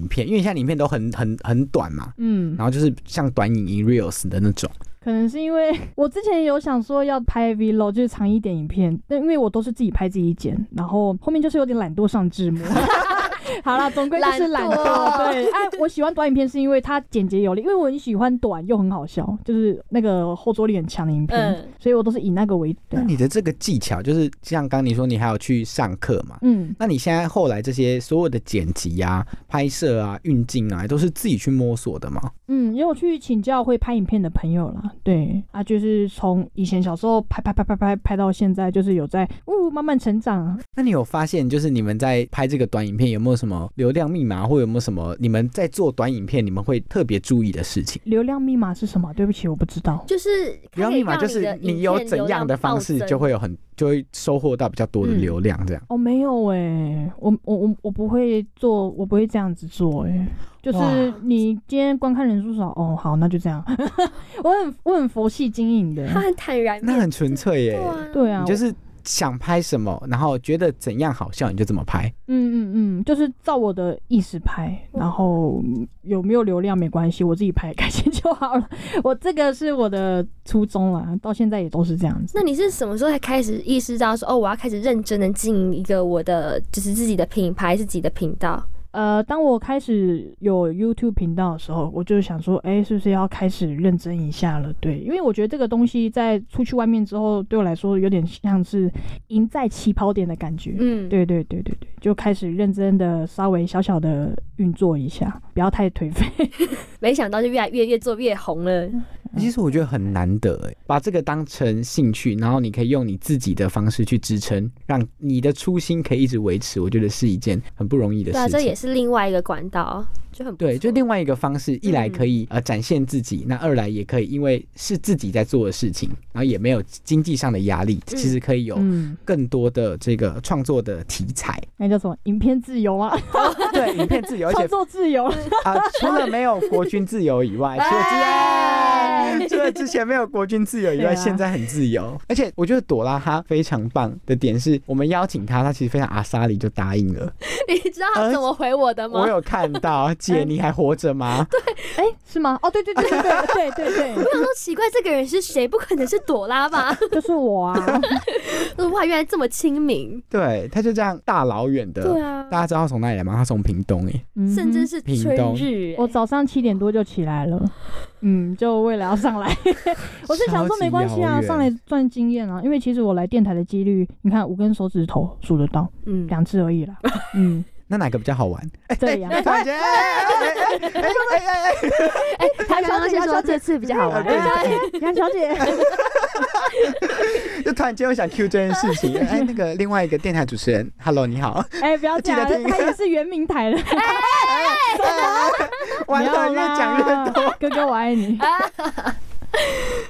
可能是因为 我之前有想说要拍 vlog，就是长一点影片，但因为我都是自己拍自己剪，然后后面就是有点懒惰上字幕。 好啦，总归就是懒懒惰惰。对，哎、我喜欢短影片是因为它简洁有力，因为我很喜欢短又很好笑，就是那个后坐力很强的影片，嗯所以我都是以那个为主。对那啊你的这个技巧，就是像刚你说，你还有去上课嘛？嗯，那你现在后来这些所有的剪辑啊、拍摄啊、运镜啊，都是自己去摸索的吗？嗯，因为我去请教会拍影片的朋友啦，对啊，就是从以前小时候拍拍拍拍拍拍到现在，就是有在呜慢慢成长。那你有发现，就是你们在拍这个短影片，有没有什么流量密码，或有没有什么你们在做短影片你们会特别注意的事情？流量密码是什么？对不起，我不知道。就是流量密码就可以是让你的你影有片怎流样量的方暴式，增就会有很就会收获到比较多的嗯流量，这样。哦，没有哎、我我我我不会做，我不会这样子做哎、就是哇你今天观看人数少，哦，好，那就这样。 我很我很佛系经营的，他很坦然面那对，很纯粹耶。对你啊，我就是想拍什么，然后觉得怎样好笑你就怎么拍。嗯嗯嗯，就是照我的意识拍，然后嗯有没有流量没关系，我自己拍开心就好了。 我这个是我的初衷啦，到现在也都是这样子。那你是什么时候才开始意识到说，哦，我要开始认真的经营一个我的就是自己的品牌、自己的频道？呃，当我开始有 YouTube 频道的时候，我就想说，哎、是不是要开始认真一下了？对，因为我觉得这个东西在出去外面之后，对我来说有点像是赢在起跑点的感觉。嗯，对对对对对，就开始认真的稍微小小的运作一下，不要太颓废。没想到就越来越越做越红了。其实我觉得很难得哎，把这个当成兴趣，然后你可以用你自己的方式去支撑，让你的初心可以一直维持，我觉得是一件很不容易的对啊，事这也情。是另外一个管道，就很不对，就错另外一个方式，一来嗯可以、呃展现自己，那二来也可以因为是自己在做的事情，然后也没有经济上的压力，嗯其实可以有 嗯，更多的这个创作的题材。那叫什么？影片自由啊。对，影片自由，而且创作自由，嗯啊、除了没有国军自由以外，除了之除了之前没有国军自由以外，对啊现在很自由。而且我觉得朵拉她非常棒的点是，我们邀请她，她其实非常阿莎里就答应了。 你知道他怎么回我的吗我？有看到，姐你还活着吗？哎、是吗？哦，对对对对对对对我想说奇怪，这个人是谁？不可能是朵拉吧？ 对，就是我啊，哇，原来这么亲民。对，她就这样大老远的。对啊，大家知道她从哪里来吗？她从屏东哎、嗯哼甚至是屏春东日、欸 我早上七点多就起来了，嗯，就为了要上来，我是想说没关系超级啊，遥远上来赚经验啊，因为其实我来电台的几率，你看五根手指头数得到，嗯，两次而已啦，嗯，那哪个比较好玩？这样。感觉哎、他刚刚是说这次比较好玩， 杨小姐，就突然间我想 Q 这件事情。哎，那个另外一个电台主持人，Hello，你好。哎、不要记得讲，听她也是原名台的， 完了，没有越啦讲越多。哥哥我爱你，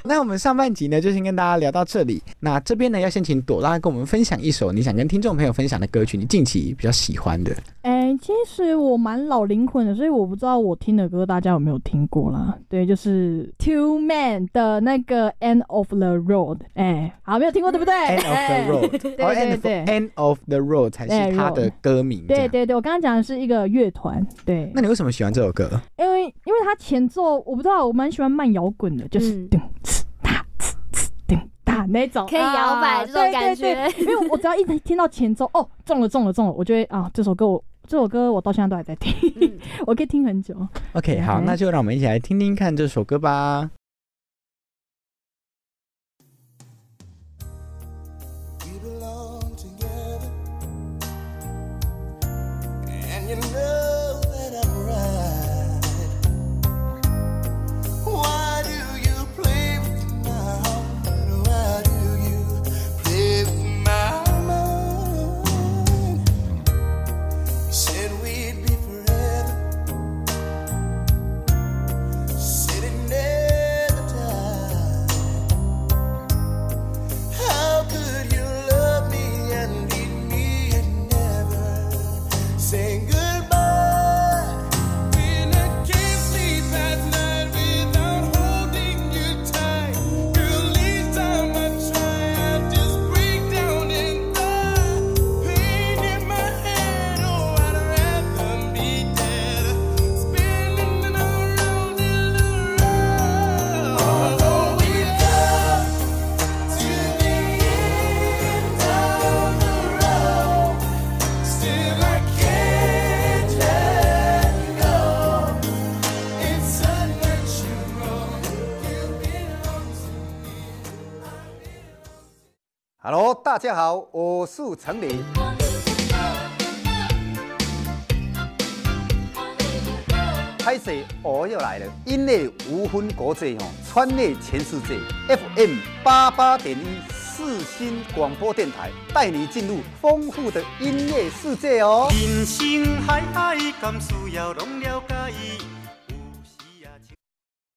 那我们上半集呢，就先跟大家聊到这里。那这边呢，要先请朵拉跟我们分享一首你想跟听众朋友分享的歌曲，你近期比较喜欢的。哎、其实我蛮老灵魂的，所以我不知道我听的歌大家有没有听过啦。对，就是 Two Man 的那个 End of the Road。哎、好，没有听过对不对？ End 哎 of the road，对哦对 end of- 对，End of the road 才对是他的 road 歌名。这对样。对对，我刚刚讲的是一个乐团，对那，你为什么喜欢这首歌？因为因为它前奏我不知道，我蛮喜欢慢摇滚的，就是嗯噔哧哒哧哧噔哒那种，可以摇摆啊这种感。对对对觉，因为我只要一听到前奏，哦，中了中了中了，我就会啊，这首歌我这首歌我到现在都还在听，嗯 我可以听很久。 OK，好，嗯那就让我们一起来听听看这首歌吧。 We belong together, and you know that I'm right. Why do you play with my heart? Why do you play with my mind? You said we'd be forever, said it never Hello，大家好，我是陈林。拍摄我又来了，因内无分国界吼，川内全世界。FM 八八点一四新广播电台，带你进入丰富的音乐世界哦。人生海海，甘需要拢了解。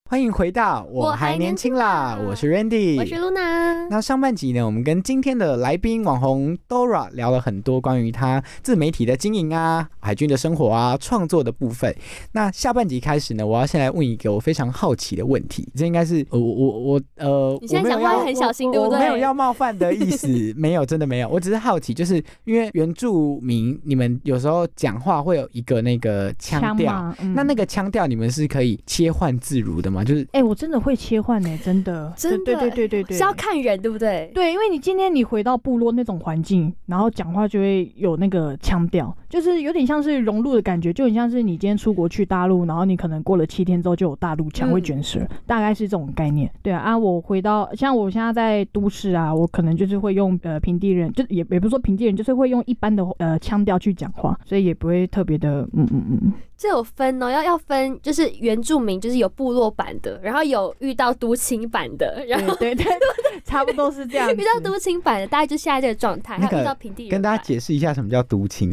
欢迎回到我还年轻啦，我是 Randy，我是 Luna。那上半集呢，我们跟今天的来宾网红 Dora 聊了很多关于她自媒体的经营啊、海军的生活啊、创作的部分。那下半集开始呢，我要先来问一个我非常好奇的问题，这应该是呃我我我呃，你现在我讲没有话要很小心，对不我对？没有要冒犯的意思，没有，真的没有。我只是好奇，就是因为原住民，你们有时候讲话会有一个那个腔腔调，嘛嗯那那个腔调你们是可以切换自如的吗？就是哎、我真的会切换呢、真的，真的对对对对对，是要看人，对不对？对，因为你今天你回到部落那种环境，然后讲话就会有那个腔调，就是有点像是融入的感觉，就很像是你今天出国去大陆，然后你可能过了七天之后就有大陆嗯腔，会卷舌，大概是这种概念。对啊，啊，我回到像我现在在都市啊，我可能就是会用呃平地人，就也也不是说平地人，就是会用一般的呃腔调去讲话，所以也不会特别的嗯嗯嗯。这有分哦，要要分，就是原住民，就是有部落版的，然后有遇到独青版的，嗯然后对对 差不多是这 样遇到独青版的，大概就现在这个状态，那还有遇到个平地人跟版。大家解释一下什么叫独青，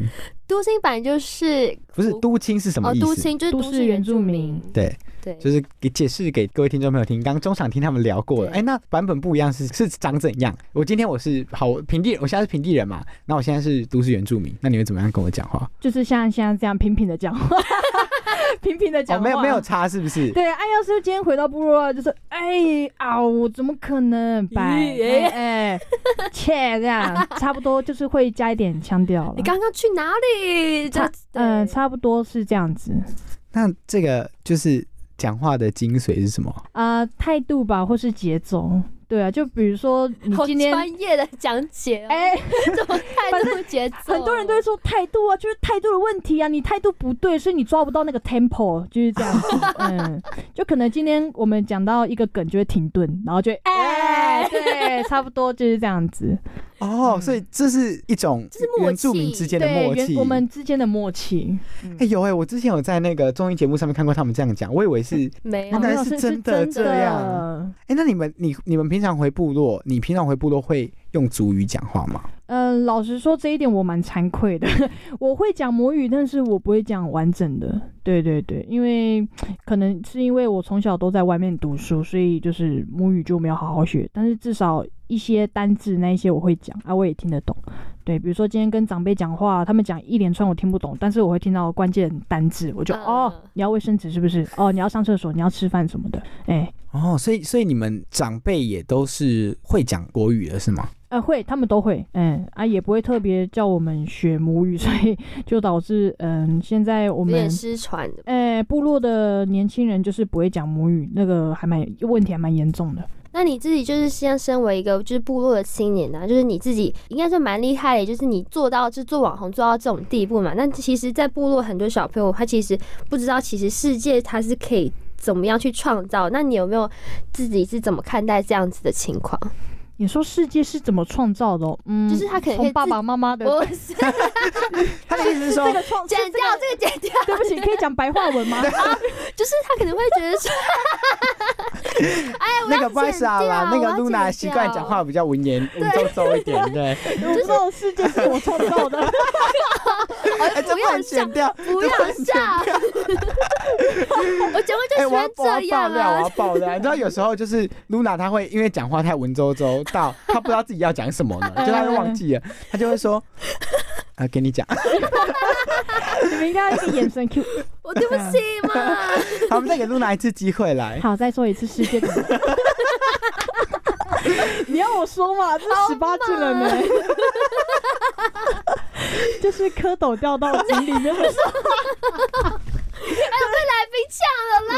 都青版就是不是独青是什么哦，意都思？青就是都市原住民，对。对，就是给解释给各位听众朋友听，刚刚中场听他们聊过了。哎、那版本不一样是是长怎样？我今天我是好我平地人，我现在是平地人嘛，那我现在是都市原住民，那你们怎么样跟我讲话？就是像现在这样平平的讲话， 平平的讲哦，话、没有没有差是不是？对，哎，要是今天回到部落，就是哎啊，我怎么可能白哎哎切这样，差不多就是会加一点腔调了你。刚刚去哪里？这呃差嗯、差不多是这样子那这个就是讲话的精髓是什么？啊、呃态度吧，或是节奏。对啊，就比如说你好今天专业的讲解、哦，哎、怎么态度节奏？很多人都会说态度啊，就是态度的问题啊，你态度不对，所以你抓不到那个 tempo，就是这样子。嗯，就可能今天我们讲到一个梗就会停顿，然后就会哎、对，差不多就是这样子。嗯哦，所以这是一种原住民之间的对默原契。我们之间的默契。哎、有哎、我之前有在那个综艺节目上面看过他们这样讲，我以为嗯是没原没来有是哦是真的这样。样。哎、那你们你你们平常回部落，你平常回部落会用族语讲话吗？嗯，老实说这一点我蛮惭愧的， 我会讲母语，但是我不会讲完整的。对对对，因为可能是因为我从小都在外面读书，所以就是母语就没有好好学，但是至少一些单字那一些我会讲啊，我也听得懂。对，比如说今天跟长辈讲话，他们讲一连串我听不懂，但是我会听到关键单字，我就、哦，你要卫生纸是不是？哦，你要上厕所，你要吃饭什么的。哎、哦，所以所以你们长辈也都是会讲国语的是吗？呃，会，他们都会，嗯啊，也不会特别叫我们学母语， 所以就导致嗯，现在我有点们失传的。呃部落的年轻人就是不会讲母语，那个还蛮问题还蛮严重的。那你自己就是先身为一个就是部落的青年啊，就是你自己应该算蛮厉害的，就是你做到就是做网红做到这种地步嘛。那其实，在部落很多小朋友他其实不知道，其实世界它是可以怎么样去创造。那你有没有自己是怎么看待这样子的情况？你说世界是怎么创造的哦、嗯，就是他可能可以从爸自爸妈妈的，不是 他的意思是说这个创剪掉这个剪掉，对不起，可以讲白话 文吗？就是他可能会觉得说，哎，我 那要个不好意思啊剪掉啦，那我个要露娜习剪惯掉哎讲话比较文言文绉绉一点， 对。我不知道世界是我创造的， 哎，这不能剪掉，不 要笑，我讲话就哎、喜我要欢我要这爆样料，我啊要。爆料。你知道有时候就是 Luna，她会因为讲话太文绉绉到她不知道自己要讲什么呢，就她会忘记了，她就会说：“啊，给你讲。 你们应该要一个眼神 Q。我对不起嘛。”好，我们再给 Luna 一次机会来。好，再说一次世界 怎么？你要我说嘛？这十八禁了没？ 就是蝌蚪掉到井里面。哎，我被来宾呛了啦！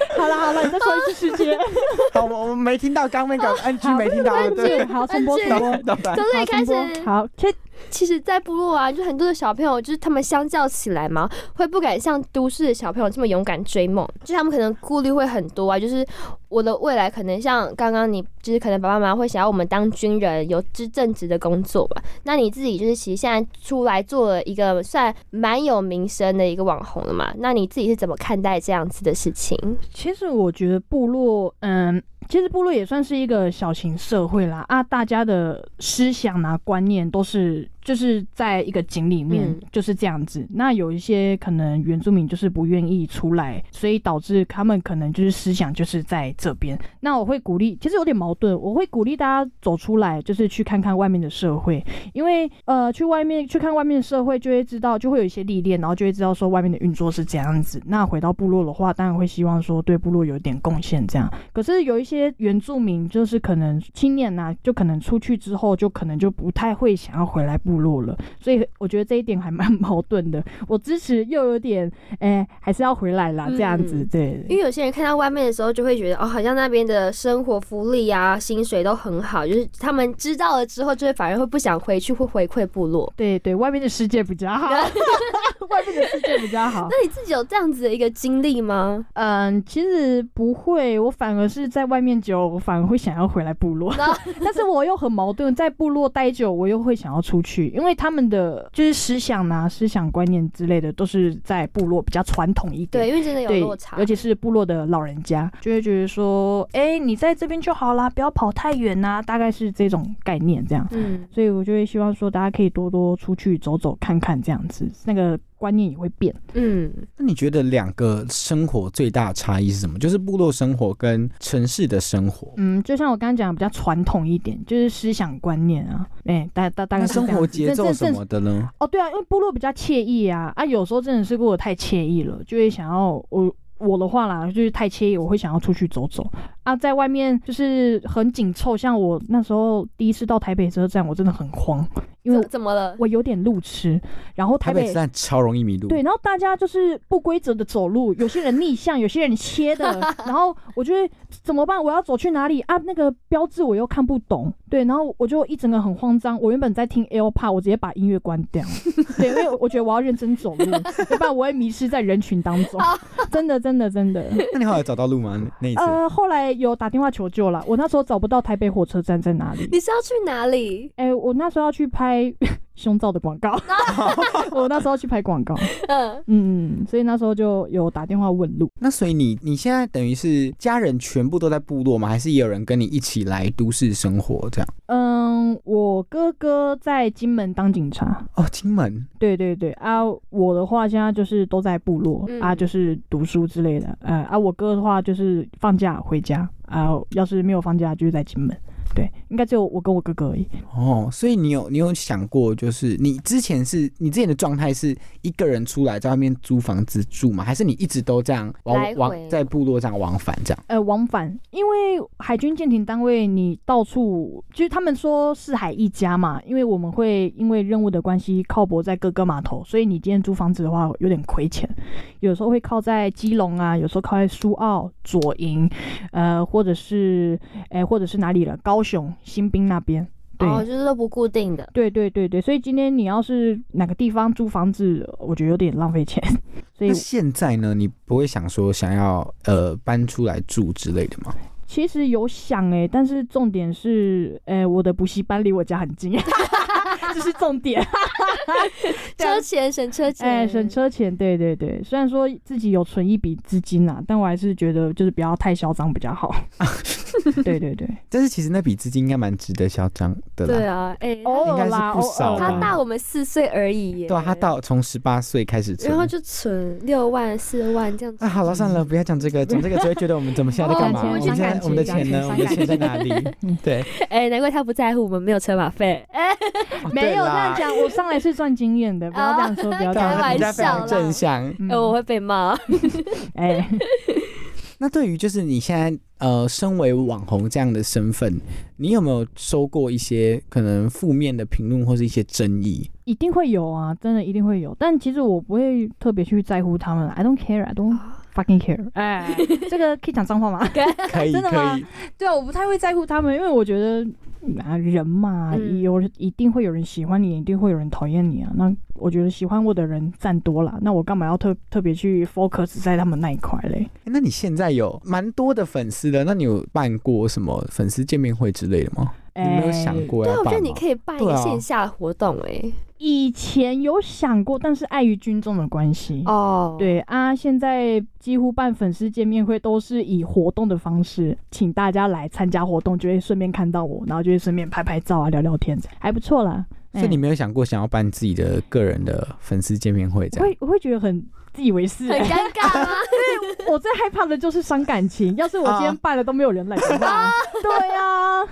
好了好了，你再说一次世界。 好，我我们 没听到刚那个 NG 没听到，安对 静，好，重播重播拜拜。从这里开始好重播好，切其实，在部落啊，就很多的小朋友，就是他们相较起来嘛，会不敢像都市的小朋友这么勇敢追梦，就是他们可能顾虑会很多啊。就是我的未来可能像刚刚你，就是可能爸爸妈妈会想要我们当军人，有知正职的工作吧。那你自己就是其实现在出来做了一个算蛮有名声的一个网红了嘛，那你自己是怎么看待这样子的事情？其实我觉得部落，嗯，其实部落也算是一个小型社会啦啊，大家的思想啊、观念都是就是在一个井里面、嗯就是这样子。那有一些可能原住民就是不愿意出来，所以导致他们可能就是思想就是在这边。那我会鼓励，其实有点矛盾，我会鼓励大家走出来，就是去看看外面的社会，因为呃，去外面去看外面的社会，就会知道，就会有一些历练，然后就会知道说外面的运作是怎样子。那回到部落的话，当然会希望说对部落有一点贡献这样。可是有一些原住民，就是可能青年呐、就可能出去之后，就可能就不太会想要回来部落了。所以我觉得这一点还蛮矛盾的。我支持又有点，哎、还是要回来啦，这样子，嗯对。因为有些人看到外面的时候，就会觉得哦，好像那边的生活福利啊、薪水都很好，就是他们知道了之后，就会反而会不想回去，会回馈部落。对对，外面的世界比较好， 外面的世界比较好那。你自己有这样子的一个经历吗？嗯，其实不会，我反而是在外面久，我反而会想要回来部落， 但是我又很矛盾，在部落待久，我又会想要出去，因为他们的就是思想啊、思想观念之类的，都是在部落比较传统一点。 对，因为真的有对落差，尤其是部落的老人家就会觉得说，哎、你在这边就好啦，不要跑太远呐、大概是这种概念这样。嗯，所以我就会希望说，大家可以多多出去走走看看，这样子那个观念也会变。嗯，那你觉得两个生活最大的差异是什么？就是部落生活跟城市的生活。嗯，就像我刚刚讲，比较传统一点，就是思想观念啊，哎、大大大概那是这样生子活节奏这什么这的呢？哦，对啊，因为部落比较惬意啊，啊，有时候真的是过得太惬意了，就会想要我我的话啦，就是太惬意，我会想要出去走走啊，在外面就是很紧凑。像我那时候第一次到台北车站，我真的很慌，因为怎么了？我有点路痴，然后台北车站超容易迷路。对，然后大家就是不规则的走路，有些人逆向，有些人切的，然后我觉得怎么办？我要走去哪里啊？那个标志我又看不懂，对，然后我就一整个很慌张。我原本在听 AirPod，我直接把音乐关掉，对，因为我觉得我要认真走路，要不然我会迷失在人群当中。真的，真的，真的。那你后来找到路吗？那一次？呃，后来有打电话求救了，我那时候找不到台北火车站在哪里。你是要去哪里？哎、我那时候要去拍 胸罩的 广告，我那时候去拍广告，嗯嗯，所以那时候就有打电话问路。那所以你你现在等于是家人全部都在部落吗？还是也有人跟你一起来都市生活这样？嗯，我哥哥在金门当警察，哦，金门对对对啊，我的话现在就是都在部落、嗯啊，就是读书之类的，呃啊，我哥的话就是放假回家啊，要是没有放假就是在金门，对，应该只有我跟我哥哥而已。哦，所以你有你有想过，就是你之前是你之前的状态是一个人出来在外面租房子住吗？还是你一直都这样来往回往在部落这样往返这样？呃，往返，因为海军舰艇单位你到处，就是他们说四海一家嘛，因为我们会因为任务的关系靠泊在各个码头，所以你今天租房子的话有点亏钱，有时候会靠在基隆啊，有时候靠在苏澳、左营，呃，或者是哎、或者是哪里了，高雄、新滨那边，对。哦，就是都不固定的。对对对对，所以今天你要是哪个地方租房子，我觉得有点浪费钱。 所以那现在呢，你不会想说想要呃搬出来住之类的吗？其实有想哎、但是重点是，哎、我的补习班离我家很近， 这是重 点。 车钱省车钱，哎、省车钱，对对对。虽然说自己有存一笔资金啊，但我还是觉得就是不要太嚣张比较好。 对 对对，但是其实那笔资金应该蛮值得嚣张的啦。对啊，哎、应该是不少哦吧他大我们四岁而已耶对。啊，他到从十八岁开始存 然后就存六万、四万这样子。啊，好了，算了，不要讲这个，讲这个只会觉得我们怎么现在在干嘛？哦我们现在我们的钱呢？我们的钱在哪里？ 对， 哎、难怪他不在乎我们没有车马费。嗯哎、没哦对有这啦样讲，我上来是赚经验的，不要这样哦说，不要这 对啊样说。嗯人家非常正向。哎我会被骂。哎、那对于就是你现在呃，身为网红这样的身份，你有没有收过一些可能负面的评论或是一些争议？一定会有啊，真的一定会有。但其实我不会特别去在乎他们，I don't care，I don't 啊 fucking care。哎，这个可以讲脏话吗？可以真的吗可以？对啊，我不太会在乎他们，因为我觉得啊人嘛，嗯有人一定会有人喜欢你，一定会有人讨厌你啊。那我觉得喜欢我的人占多了，那我干嘛要特特别去 focus 在他们那一块嘞？诶那你现在有蛮多的粉丝的，那你有办过什么粉丝见面会之类的吗？你有没有想过对啊，要我觉得办你吗？可以办一个对啊线下的活动、欸，以前有想过，但是碍于军中的关系哦，对啊，现在几乎办粉丝见面会都是以活动的方式，请大家来参加活动，就会顺便看到我，然后就会顺便拍拍照啊，聊聊天，还不错啦。所以嗯你没有想过想要办自己的个人的粉丝见面会这我样？会我会觉得很自以为是、很尴尬啊吗？因为我最害怕的就是伤感情。要是我今天啊办了都没有人来的 话，对呀、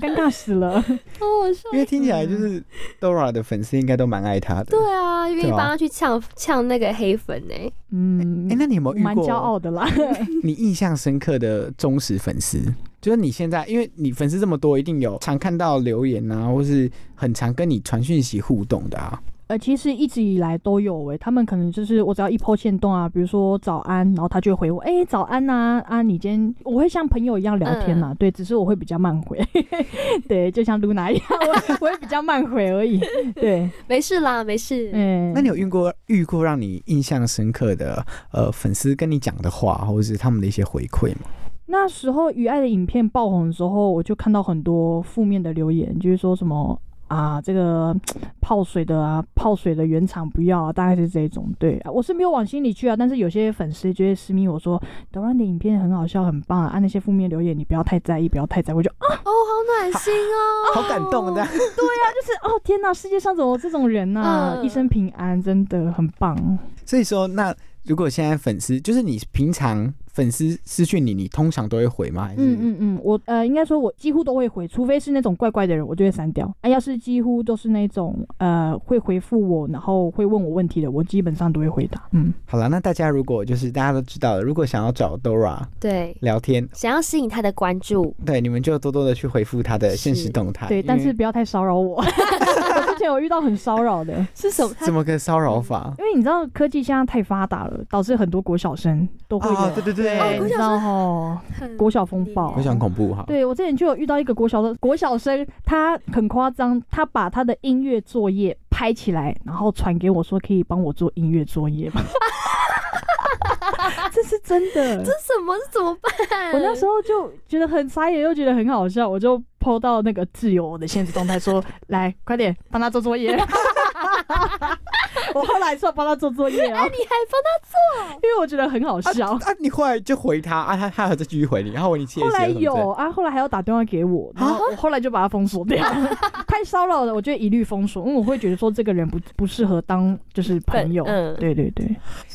尴尬死了。哦，我说因为听起来就是嗯 Dora 的粉丝应该都蛮爱他的。对啊，愿意对啊帮他去呛呛那个黑粉呢、欸嗯，哎、那你有没有遇过蛮骄傲的啦。你印象深刻的忠实粉丝？就是你现在，因为你粉丝这么多，一定有常看到留言啊，或是很常跟你传讯息互动的啊。呃，其实一直以来都有诶、他们可能就是我只要一 po 线动啊，比如说早安，然后他就会回我，哎、早安呐、啊，你今天我会像朋友一样聊天嗯呐、对，只是我会比较慢回， 对，就像露娜一样，我 我会比较慢回而已， 对，没事啦，没事。嗯，那你有遇过遇过让你印象深刻的呃粉丝跟你讲的话，或者是他们的一些回馈吗？那时候于爱的影片爆红的时候，我就看到很多负面的留言，就是说什么啊，这个泡水的啊，泡水的原厂不要啊，大概是这种。对，啊我是没有往心里去啊，但是有些粉丝就会私密我说，德然的影片很好笑，很棒啊，啊那些负面留言你不要太在意，不要太在意，我就啊，哦，好暖心哦，好感动的，对啊，就是哦，天哪，世界上怎么有这种人呐、嗯一生平安，真的很棒。所以说，那如果现在粉丝就是你平常粉丝私讯你，你通常都会回吗？还是嗯嗯嗯，我呃，应该说我几乎都会回，除非是那种怪怪的人，我就会删掉。啊，要是几乎都是那种呃会回复我，然后会问我问题的，我基本上都会回答。嗯，好了，那大家如果就是大家都知道了，如果想要找 Dora 对，聊天，想要吸引他的关注，对，你们就多多的去回复他的现实动态。对，但啊因是为不要太骚扰我。我之前有遇到很骚扰的，是什么？怎么个骚扰法？因为你知道科技现在太发达了，导致很多国小生都嗯会有。啊，对对对，你知道吼，国小风暴，我想恐怖哈。对我之前就有遇到一个国小的国小生，他很夸张，他把他的音乐作业拍起来，然后传给我说可以帮我做音乐作业吗？ 这是真的这。什么？这怎么办？我那时候就觉得很傻眼，又觉得很好笑，我就 PO 到那个自由我的现实动态说：“ 来，快点帮他做作业。” 我后来说帮他做作业啊，哎，因你还帮他做？为我觉得很好笑。啊，你后来就回他啊，他他还有再继续回你，然后你写后来写有啊，后来还要打电话给我，然后我后来就把他封锁掉， 太骚扰了，我就一律封锁，因为我会觉得说这个人不不适合当就是朋友，嗯对对对，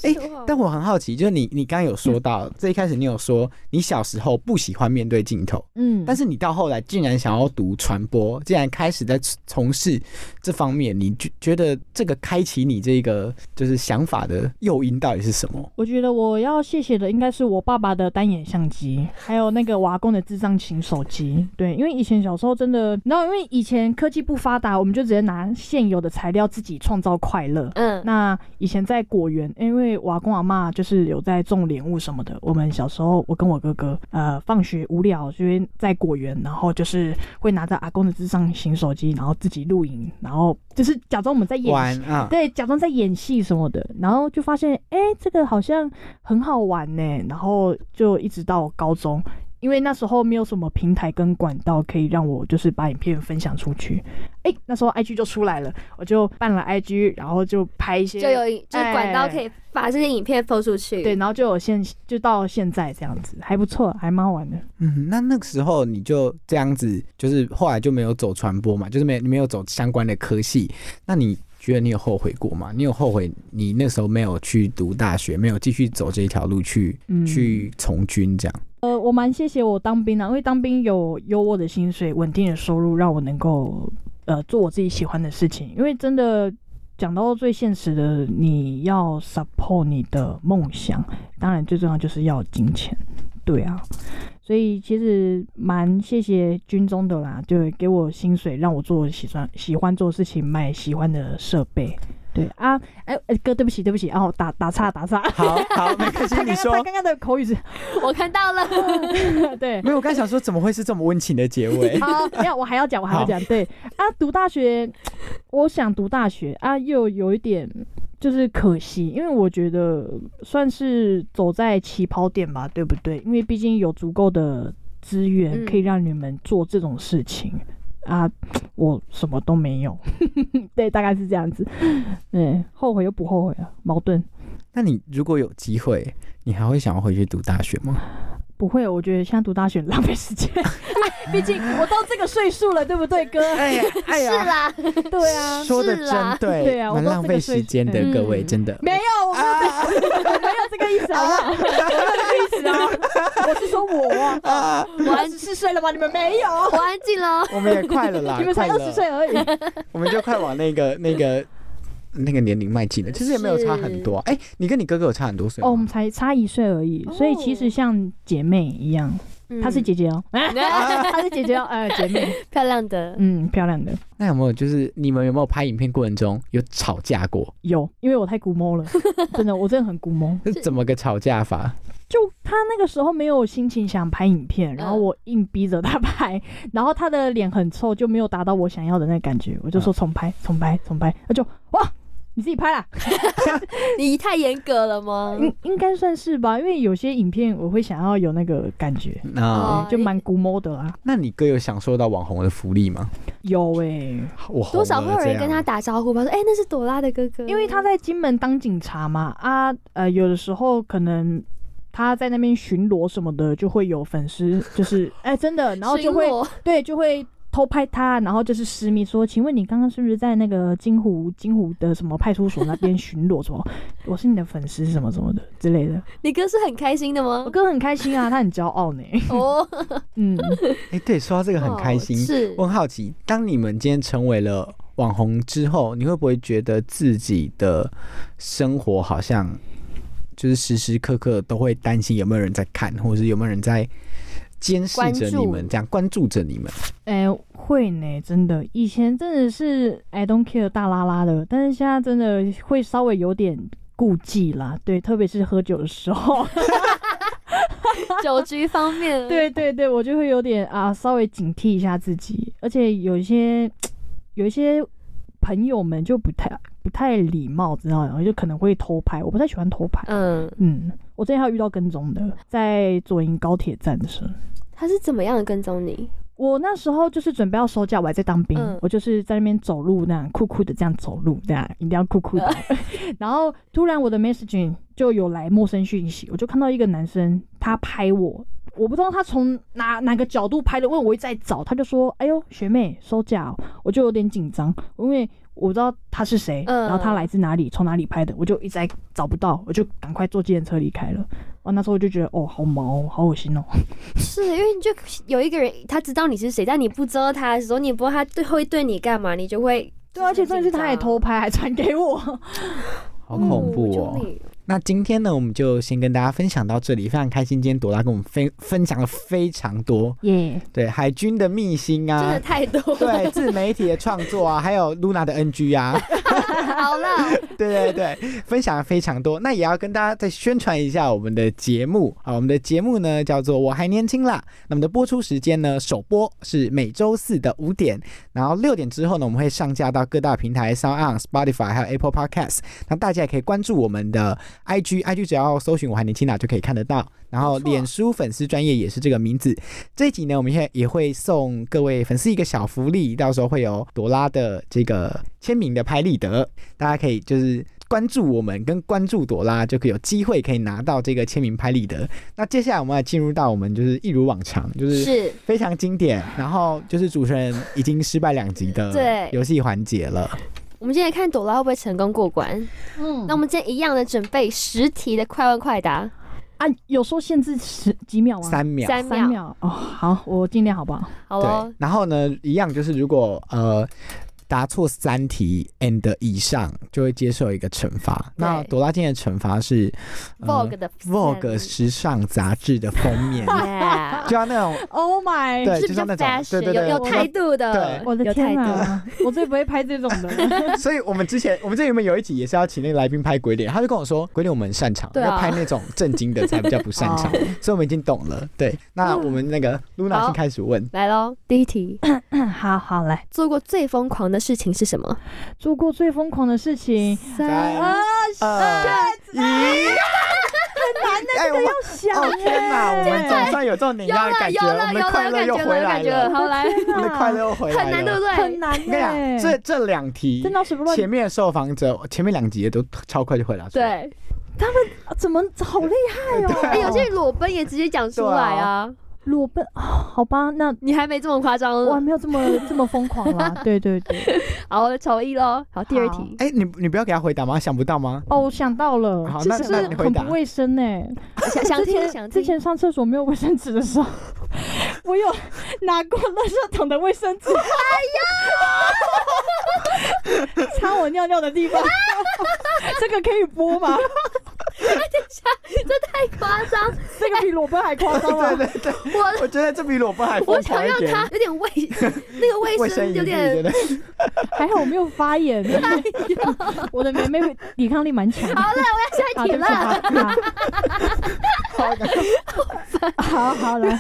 哎、但我很好奇，就是你你刚刚有说到，最一开始你有说你小时候不喜欢面对镜头，嗯，但是你到后来竟然想要读传播，竟然开始在从事这方面，你觉觉得这个开启你这个就是想法的诱因到底是什么？我觉得我要谢谢的应该是我爸爸的单眼相机，还有那个瓦工的智障型手机。对，因为以前小时候真的，你知道，因为以前科技不发达，我们就直接拿现有的材料自己创造快乐。嗯，那以前在果园，因为瓦工阿嬷就是有在种莲雾什么的。我们小时候，我跟我哥哥，呃，放学无聊就会在果园，然后就是会拿着阿公的智障型手机，然后自己录影，然后就是假装我们在演玩戏啊，对，假装在演戏什么的，然后就发现，哎、这个好像很好玩呢、然后就一直到高中，因为那时候没有什么平台跟管道可以让我就是把影片分享出去，哎、那时候 IG 就出来了，我就办了 IG，然后就拍一些，就有就是管道可哎以把这些影片放出去。对，，然后就有现就到现在这样子，还不错，还蛮好玩的。嗯，那那个时候你就这样子，就是后来就没有走传播嘛，就是没有你没有走相关的科系。那你觉得你有后悔过吗？你有后悔你那时候没有去读大学，没有继续走这一条路去、嗯去从军这样？呃，我蛮谢谢我当兵的、啊因为当兵有优渥的薪水、稳定的收入，让我能够呃做我自己喜欢的事情。因为真的讲到最现实的，你要 support 你的梦想，当然最重要就是要有金钱，对啊。所以其实蛮谢谢军中的啦，就给我薪水，让我做我喜欢喜欢做的事情，买喜欢的设备。对啊，哎、哎哥，对不起，对不起，哦，打打岔，打岔。好好，没关系，你说 他。刚刚的口语是， 我看到了。对，没有，我刚想说怎么会是这么温情的结 尾？好，没有，我啊还要讲，我还要讲。对啊，读大学，我想读大学啊，又有一点就是可惜，因为我觉得算是走在起跑点吧，对不对？因为毕竟有足够的资嗯源可以让你们做这种事情。啊，我什么都没有， 对，大概是这样子。对，后悔又不后悔啊，矛盾。那你如果有机会，你还会想要回去读大学吗？不会，我觉得现在读大学很浪费时间， 因为毕竟我到这个岁数了，对不对，哥？哎呀，哎呀，是啦，对啊，说的是真啦对， 对啊我蛮都浪这费个时岁间的，嗯各位真的。没有，我没有这个，我没有这个意思，好不好？我没有这个意思啊，我是说我啊，我二十四岁了吗？你们没有，我安静了。我们也快了啦， 你们才快二了十岁，而已。我们就快往那 个那个那个年龄迈进了。其实也没有差很多啊。哎，你跟你哥哥有差很多岁吗哦，我们才差一岁而已，所以其实像姐妹一样，嗯她是姐姐 哦，哎她是姐姐哦，哎，姐妹，漂亮的，嗯，漂亮的。那有没有就是你们有没有拍影片过程中有吵架过？有，因为我太古摸了，真的，我真的很古摸。是怎么个吵架法？就他那个时候没有心情想拍影片，然后我硬逼着他拍， 然后他的脸很臭，就没有达到我想要的那个感觉，我就说重拍、重拍、重拍，他就哇，你自己拍啦，你太严格了吗？嗯应应该算是吧，因为有些影片我会想要有那个感觉，那哦就蛮古摸的啊，那你哥有享受到网红的福利吗？有哎、我红多少会了有这人跟他样打招呼吧？说，哎，那是朵拉的哥哥，因为他在金门当警察嘛，啊，呃，有的时候可能。他在那边巡逻什么的，就会有粉丝，就是哎、真的，然后就会巡逻对，就会偷拍他，然后就是私密说：“请问你刚刚是不是在那个金湖金湖的什么派出所那边巡逻？ 什么？我是你的粉丝，什么什么的之类的。你哥是很开心的”吗我？哥很开心啊，他很骄傲呢。哦， 嗯，哎、对，说到这个很开心，哦是我很好奇，当你们今天成为了网红之后，你会不会觉得自己的生活好像就是时时刻刻都会担心有没有人在看，或者是有没有人在监视着你们，关注这样关注着你们？哎、会呢，真的，以前真的是 I don't care 大拉拉的，但是现在真的会稍微有点顾忌啦，对，特别是喝酒的时候。 酒局方面，， 对对对，我就会有点啊，稍微警惕一下自己，而且有一些有一些朋友们就不太不太礼貌，知道吗？就可能会偷拍，我不太喜欢偷拍。嗯，嗯，我之前还有遇到跟踪的，在左营高铁站的时候，他是怎么样跟踪你？ 我那时候就是准备要收假，我还在当兵，嗯我就是在那边走路那样酷酷的这样走路，这样一定要酷酷的。 然后突然我的 messaging 就有来陌生讯息，我就看到一个男生他拍我，我不知道他从哪哪个角度拍的，因为我一直在找，他就说：“哎呦，学妹收假、哦。”我就有点紧张，因为我不知道他是谁，嗯然后他来自哪里，从哪里拍的，我就一直在找不到，我就赶快坐计程车离开了。哇，那时候我就觉得哦，好毛哦，好恶心哦。是因为你就有一个人，他知道你是谁，但你不知道他的时候，你也不知道他对会对你干嘛，你就会对，啊而且重点是他还偷拍，还传给 我。好嗯恐怖哦！那今天呢，我们就先跟大家分享到这里，非常开心，今天朵拉跟我们分分享了非常多，耶、对海军的秘辛真啊的，太多 了。对自媒体的创作啊，还有露娜的 NG 啊。好啦， 对对对，分享了非常多。那也要跟大家再宣传一下我们的节目啊，我们的节目呢叫做《我还年轻啦》。那么的播出时间呢，首播是每周四的五点，然后六点之后呢，我们会上架到各大平台 Sound On、Spotify 还有 Apple Podcast。那大家也可以关注我们的 IG，IG 只要搜寻“我还年轻啦”就可以看得到。然后脸书粉丝专业也是这个名字。这一集呢，我们现在也会送各位粉丝一个小福利，到时候会有朵拉的这个签名的拍立得，大家可以就是。关注我们跟关注朵拉，就可以有机会可以拿到这个签名拍立得。那接下来我们要进入到我们就是一如往常，就是是非常经典，然后就是主持人已经失败两集的对游戏环节了。我们今天看朵拉会不会成功过关？嗯那我们今天一样的准备十题的快问快答，啊，有说限制十几秒吗？三秒，三三秒，秒哦，好，我尽量好不好？好对喽，。然后呢，一样就是如果呃答错三题 and 以上就会接受一个惩罚。那朵拉今天的惩罚是、呃 Vogue 的嗯 Vogue 时尚杂志的封面， Yeah 就像那种 Oh my，对是就比较像那种 fashion，对对对有有态度的对，我的有态天度。啊， 我最不会拍这种 的。所以我们之前，我们这里面有一集也是要请那个来宾拍鬼脸，他就跟我说，鬼脸我们很擅长，对啊要拍那种震惊的才比较不擅 长，所以我们已经懂了。对，那我们那个露娜先开始问，来喽，第一题，好好来，做过最疯狂的事情是什么？做过最疯狂的事情，啊三啊二一，哎，我们想哦天哪，我们总算有这种拧压的感觉，我们的快乐又回来了，好来，我们的快乐又回来了，很难，对不很对？难我跟你哎讲，这这两题真，的什么乱前面的受访者前面两集也都超快就回答出来，对，啊怎么好厉害哦？哎，有些人裸奔也直接讲出来啊，裸奔，啊好吧，那你还没这么夸张呃我还。没有 这么这么疯狂啦。对对对，好，我丑一喽。好，第二题，哎，你你不要给他回答吗？想不到 吗？哦，我想到了好，这那是那你回很答不卫生哎。想想之听想前之听。前上厕所没有卫生纸的时候，我有拿过垃圾桶的卫生纸，哎呀，擦我尿尿的地方。 这个可以播吗？这太夸张，这个比裸奔还夸张啊！对对对，我我觉得这比裸奔还我疯想狂一让点。他有点卫那个卫卫生生有疑虑对点不对？还好我没有发炎，我的妹妹会抵抗力蛮强的。好了，我要下一啊题对不起了。啊啊 好好来，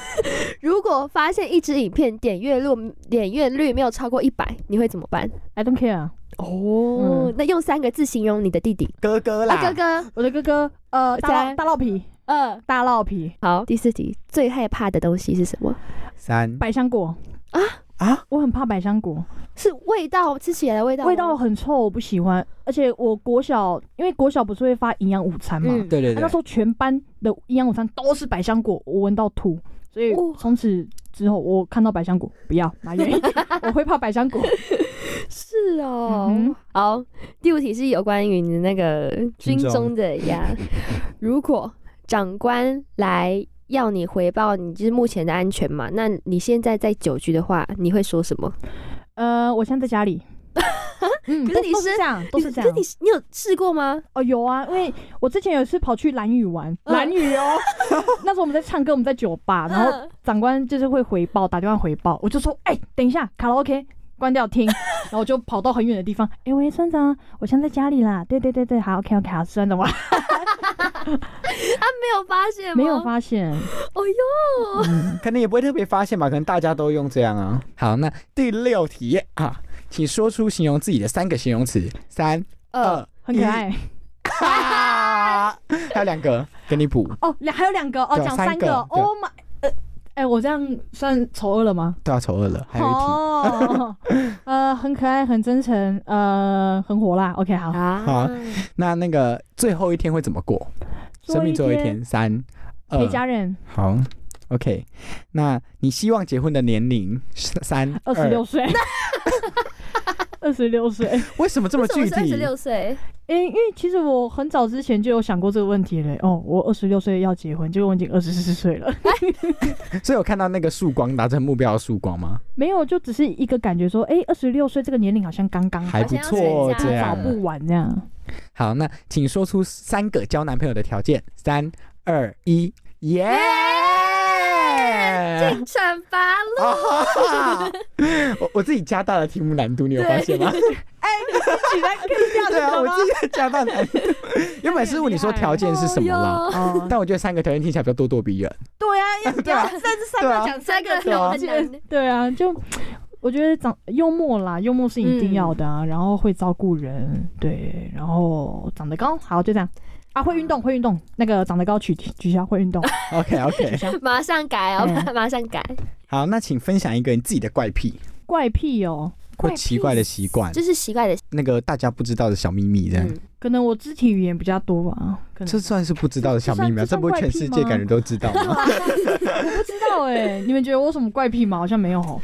如果发现一支影片点阅率点阅率没有超过一百，你会怎么办？ I don't care。嗯哦，那用三个字形容你的弟弟。哥哥啦，啊哥哥，我的哥哥，呃，大在烙大烙皮，呃，大烙皮，好，第四题，最害怕的东西是什么？三百香果啊啊！我很怕百香果，是味道，吃起来的味道吗，味道很臭，我不喜欢。而且我国小，因为国小不是会发营养午餐嘛，啊嗯，对对那时候全班的营养午餐都是百香果，我闻到吐，所以哇从此之后我看到百香果不要拿远 一点，我会怕百香果。是哦。嗯好，第五题是有关于你的那个军军中中的呀。 如果长官来要你回报你就是目前的安全嘛，那你现在在酒局的话，你会说什么？呃，我现在在 家里。嗯，可是都你都是这样，都你是这可样你。你有试过吗？哦，有啊，因为我之前有一次跑去蓝屿玩，嗯蓝屿哦， 那时候我们在唱歌，我们在酒吧，然后长官就是会回报，打电话回报，我就说，哎、等一下，卡拉 OK 关掉听，然后我就跑到很远的地方，哎、喂，村长，我现在在家里啦，对对对对，好，OK OK，好，村长，我他没有发现吗？没有。发现，哦哟，可能也不会特别发现吧，可能大家都用这样啊。好，那第六题啊，请说出形容自己的三个形容词。三呃，二，很可爱咔， 还有两个给你补，哦，两还有两个哦，对讲三三个个对，Oh my，呃，哎、我这样算丑恶了吗？都要丑恶了，还有一题。哦， 呃，很可爱，很真诚，呃，很火辣，OK，好，啊好那那个最后一天会怎么过？生命最后一天，三陪二，家人，好，OK。那你希望结婚的年龄？三二十六，岁， 二十六岁。为什么这么具二十体？六岁，诶、因为其实我很早之前就有想过这个问题嘞。哦，我二十六岁要结婚，结果我已经二十四岁了。 所以我看到那个曙光，达成目标的曙光吗？没有，就只是一个感觉说，诶、二十六岁这个年龄好像刚刚好还不错，这早样不晚这样。好，那请说出三个交男朋友的条件。三、二、一，耶！进惩罚了。啊哈 我我自己加大了题目难度，你有发现 吗？哎你在跟这样对啊，子我吗？自己加大难度。原本是问你说条件是什么 啦，哦，但我觉得三个条件听起来比较咄咄逼人。对啊，要不要在这 三对啊个讲三个对啊很难，对啊，就我觉得长幽默啦，幽默是一定要的啊，然后会照顾人，对，然后长得高，好就这样啊，会运动，会运动，那个长得高取取消，会运 动， OK OK，马上改哦，嗯马上改。好，那请分享一个你自己的怪癖怪癖哦，或奇怪的习惯，这是奇怪的，那个大家不知道的小秘密这样。嗯，可能我肢体语言比较多吧，可能这算是不知道的小秘密吗？嗯这这算不会这算怪全癖世界吗 感觉都知道吗？欸 不知道哎、你们觉得我有什么怪癖吗？好像没有哦，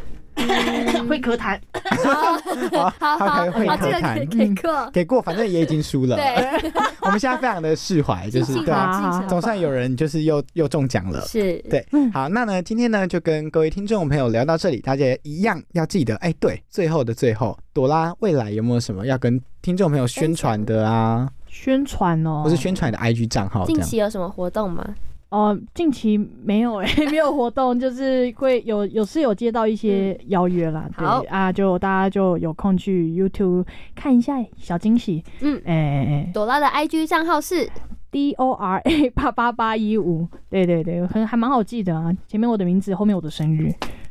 会咳痰。好，好他好，还会好，这咳个痰可以可以过。给过，反正也已经输了。对， 我们现在非常的释 怀，就是尽啊对啊好尽好，总算有人就是又又中奖了。是对，好，那呢，今天呢就跟各位听众朋友聊到这里，大家一样要记得，哎，对，最后的最后，朵拉未来有没有什么要跟听众朋友宣传的啊？宣传哦，或是宣传你的 IG 账哦号这近样？期有什么活动吗？哦，近期没有 哎、没有活动，就是会有有是有接到一些邀约啦，好对啊，就大家就有空去 YouTube 看一下小惊喜，嗯，哎、哎朵拉的 IG 账号是 D O R A 八八八一五，对对对，很还蛮好记的啊，前面我的名字，后面我的生日，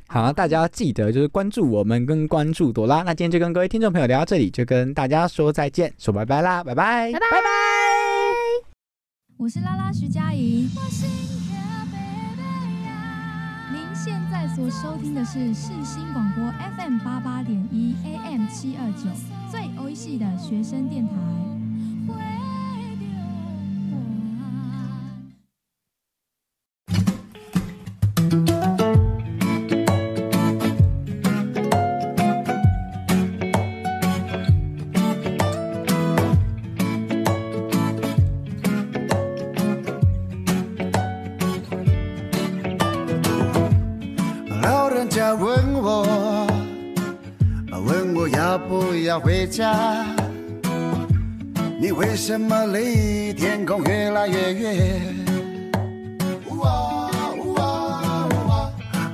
好，大家要记得就是关注我们跟关注朵拉。那今天就跟各位听众朋友聊到这里，就跟大家说再见，说拜拜啦，拜拜，拜拜。 我是拉拉徐佳莹。您现在所收听的是世新广播 FM 八八点一 AM 七二九最欧系的学生电台。老人家问我，问我要不要回家？你为什么离天空越来越远？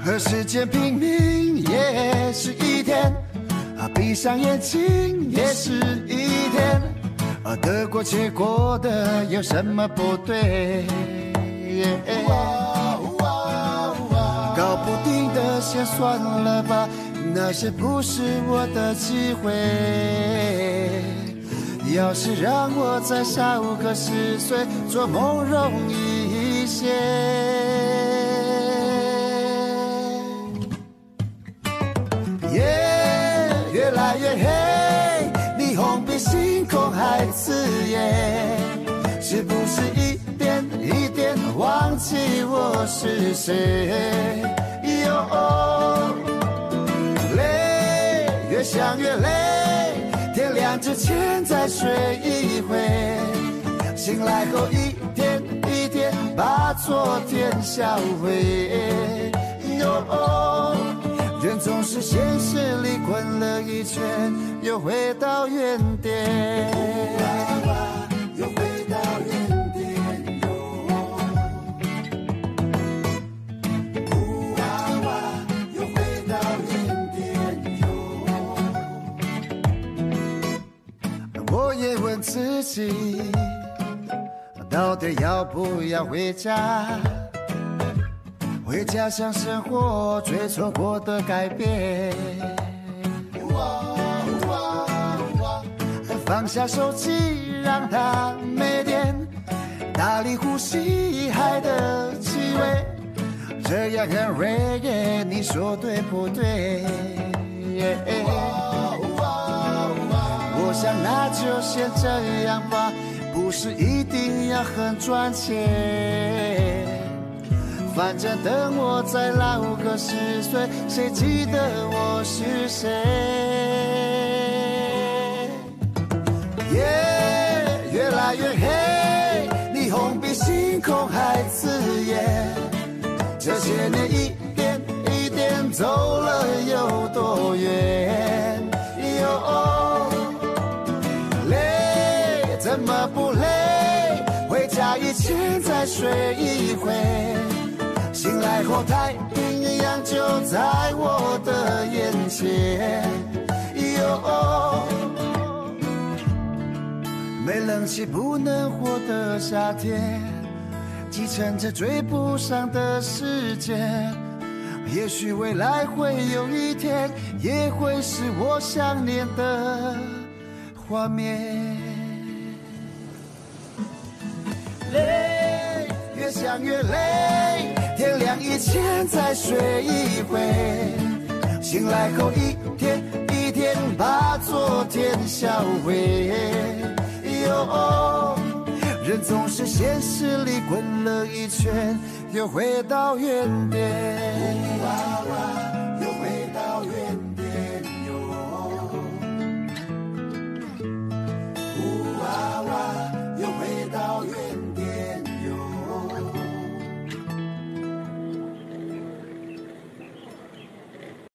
和时间拼命也是一天，啊，闭上眼睛也是一天，啊，得过且过的有什么不对？搞不定的先算了吧，那些不是我的机会。要是让我再少个十岁，做梦容易一些。夜越来越黑，霓虹比星空还刺眼。是不是一点一点忘记我是谁？哟、哦累，越想越累，天亮之前再睡一回，醒来后一天一天把昨天销毁。哟、人总是现实里滚了一圈，又回到原点。又回到原点哟。呜哇哇，又回到原点哟。我也问自己，到底要不要回家？回家想生活追求过的改变。放下手机，让它没电，大力呼吸海的气味，这样很 reggae，你说对不对？我想那就先这样吧，不是一定要很赚钱，反正等我再老个十岁，谁记得我是谁？夜越来越黑，霓虹比星空还刺眼。这些年一点一点走了有多远？哟、累怎么不累？回家以前再睡一回，醒来后太平洋就在我的眼前。哟、没冷气不能活的夏天，继承着追不上的时间。也许未来会有一天，也会是我想念的画面。累，越想越累，天亮以前再睡一回，醒来后一天一天把昨天销毁。哟，人总是现实里滚了一圈，又回到原点。